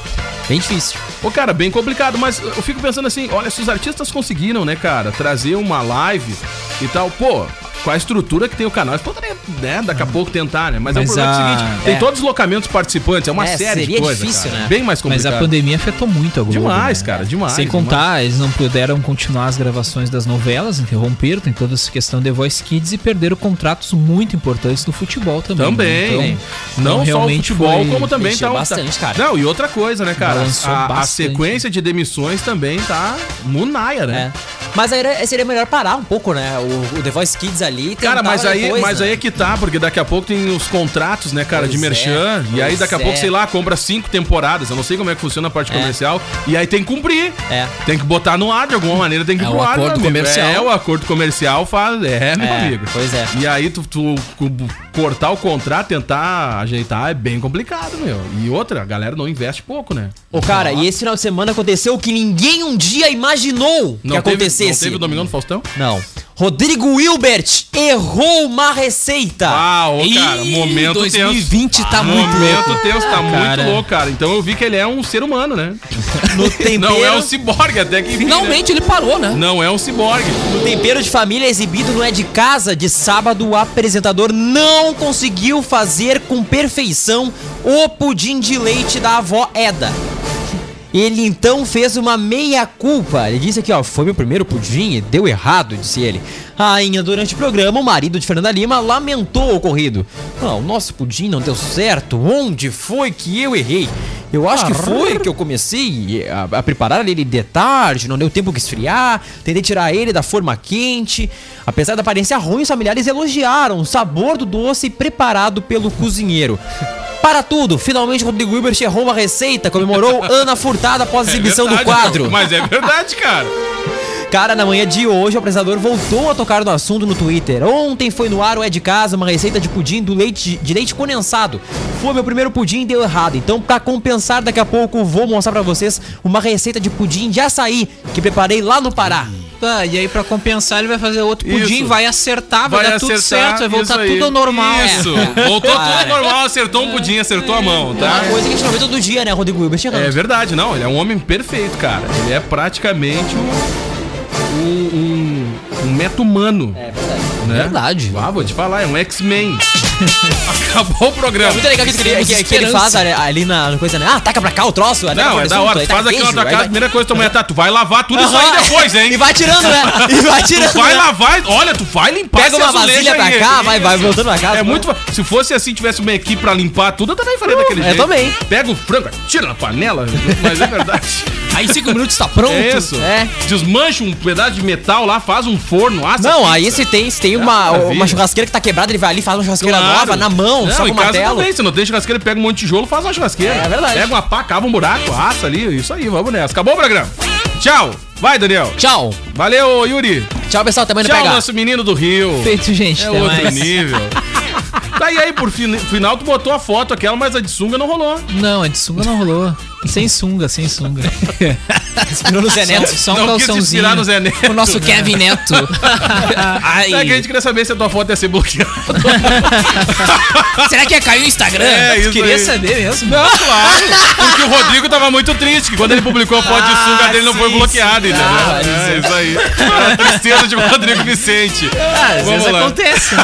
Bem difícil. Ô, cara, bem complicado, mas eu fico pensando assim, olha, se os artistas conseguiram, né, cara, trazer uma live e tal, pô, com a estrutura que tem o canal, eles poderiam, né, daqui a pouco tentar, né? Mas, é o Mas problema a- seguinte, tem Hum. é. todos os locamentos participantes, é uma É, série de seria coisas, difícil, cara, né? bem mais Mas complicado. a pandemia afetou muito a Globo. Demais, né? cara, demais, Sem contar, eles não puderam continuar as gravações das novelas, interromperam, tem toda essa questão de Voice Kids e perderam contratos muito importantes do futebol também. né? Também. Então, não então realmente só o futebol, foi- como também mexeu tá, bastante, cara. Não, e outra coisa, né, cara? Balançou A- A, bastante. sequência de demissões também tá munaia, né? É. Mas aí era- seria melhor parar um pouco, né? O, o The Voice Kids ali. e Cara, tentava mas aí, depois, mas né? aí é que tá, porque daqui a pouco tem os contratos, né, cara, de Pois é, merchan. e aí pois daqui a pouco, é. sei lá, compra cinco temporadas. Eu não sei como é que funciona a parte É. comercial. E aí tem que cumprir. É. Tem que botar no ar, de alguma maneira tem que É ir o pro ar, meu acordo amigo. comercial. É, o acordo comercial faz. É, meu É, amigo. pois é. E aí tu, tu cu- cortar o contrato, tentar ajeitar é bem complicado, meu. E outra, a galera não investe pouco, né? Ô, cara, e esse final de semana aconteceu o que ninguém um dia imaginou que Não teve- acontecesse. Não teve o Domingão do Faustão? Não. Rodrigo Wilbert errou uma receita. Ah, ô, cara, Ih, momento tenso. Ah, 2020 tá muito Momento louco. tenso, tá Cara. muito louco, cara. Então eu vi que ele é um ser humano, né? No tempero, Não é um ciborgue, até que. enfim, né? Finalmente ele parou, né? Não é um ciborgue. No tempero de família exibido no É de Casa de sábado, o apresentador não conseguiu fazer com perfeição o pudim de leite da avó Eda. Ele então fez uma meia-culpa. Ele disse aqui, ó, foi meu primeiro pudim e deu errado, disse ele. Ainda durante o programa, o marido de Fernanda Lima lamentou o ocorrido. Ah, o nosso pudim não deu certo. Onde foi que eu errei? Eu acho que foi que eu comecei a, a preparar ele de tarde, não deu tempo que esfriar, tentei tirar ele da forma quente. Apesar da aparência ruim, os familiares elogiaram o sabor do doce preparado pelo cozinheiro. Para tudo, finalmente Rodrigo Wilbert errou uma receita, comemorou Ana Furtada após a exibição do É Verdade, quadro. meu. Mas é verdade, cara. Cara, na manhã de hoje, o apresentador voltou a tocar no assunto no Twitter. Ontem foi no ar o É de Casa, uma receita de pudim do leite, de leite condensado. Foi meu primeiro pudim e deu errado. Então, pra compensar, daqui a pouco vou mostrar pra vocês uma receita de pudim de açaí que preparei lá no Pará. Tá, e aí pra compensar ele vai fazer outro pudim, Isso. vai Ah, acertar, vai, Vai dar tudo certo, vai voltar tudo ao normal. É. Isso. Voltou tudo ao normal, acertou um pudim, acertou a mão, tá? É Uma coisa que a gente É. não vê todo dia, né, Rodrigo Wilber? É verdade, não. Ele é um homem perfeito, cara. Ele é praticamente um. um- um- Um meta humano. É verdade. Né? Verdade. Ah, vou te falar, é um X-Men. Acabou o É programa. muito legal que, ele- que- que- que ele Esperança. faz ali- ali na, na coisa, né? Ah, taca pra cá o troço. ataca Não, pra é da assunto, hora. aí Tu Faz taca aqui na queijo, tua casa, a aí um vai- primeira coisa, tua mulher tá. Tu vai lavar tudo isso Aham. aí depois, hein? E vai tirando, né? E vai tirando. Tu vai né? lavar, olha, tu vai limpar Pega esse uma azulejo vasilha pra aí. cá, vai, vai Isso. voltando pra casa. É muito. fa- Se fosse assim, tivesse uma equipe pra limpar tudo, eu também faria daquele eu jeito. também. Pega o frango, tira na panela, mas é verdade. Aí cinco minutos tá pronto. É isso. É. Desmancha um pedaço de metal lá, faz um forno, assa. Não, aí se tem, se tem uma, maravilha. uma churrasqueira que tá quebrada, ele vai ali, faz uma churrasqueira Claro. nova, na mão, Não, só com em o casa martelo. também, se não tem churrasqueira, pega um monte de tijolo, faz uma churrasqueira. É verdade. Pega uma pá, cava um buraco, assa ali, isso aí, vamos nessa. Acabou o programa. Tchau. Vai, Daniel. Tchau. Valeu, Yuri. Tchau, pessoal, também não Tchau, pega. nosso menino do Rio. Feito, gente. É até outro mais. nível. Tá e aí, por fin- final, tu botou a foto aquela, mas a de sunga não rolou. Não, a de sunga não rolou. Sem sunga, sem sunga. Inspirou no Zé Neto. Só um não quis se calçãozinho. inspirar no Zé Neto. O nosso Kevin Neto. Ai, É né? que a gente queria saber se a tua foto ia ser bloqueada. será que ia cair o Instagram? É, isso aí. saber mesmo. Não, claro. Porque o Rodrigo tava muito triste, que quando ele publicou a foto de sunga dele não foi bloqueada, entendeu? é, isso aí. A tristeza de Rodrigo Vicente. Às Vamos vezes lá. acontece. né?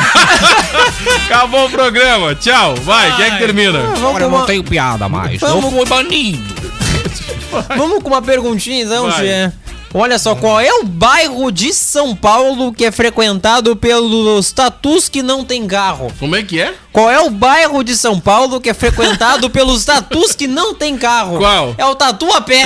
Acabou o programa. Tchau. Vai, quem é que termina? Agora eu não tenho piada mais. Vamos- Eu fui banido. Vamos com uma perguntinha então, Vai. Gê. Olha só, qual é o bairro de São Paulo que é frequentado pelos tatus que não tem carro? Como é que é? Qual é o bairro de São Paulo que é É frequentado pelos tatus que não tem carro? Qual? É o Tatuapé.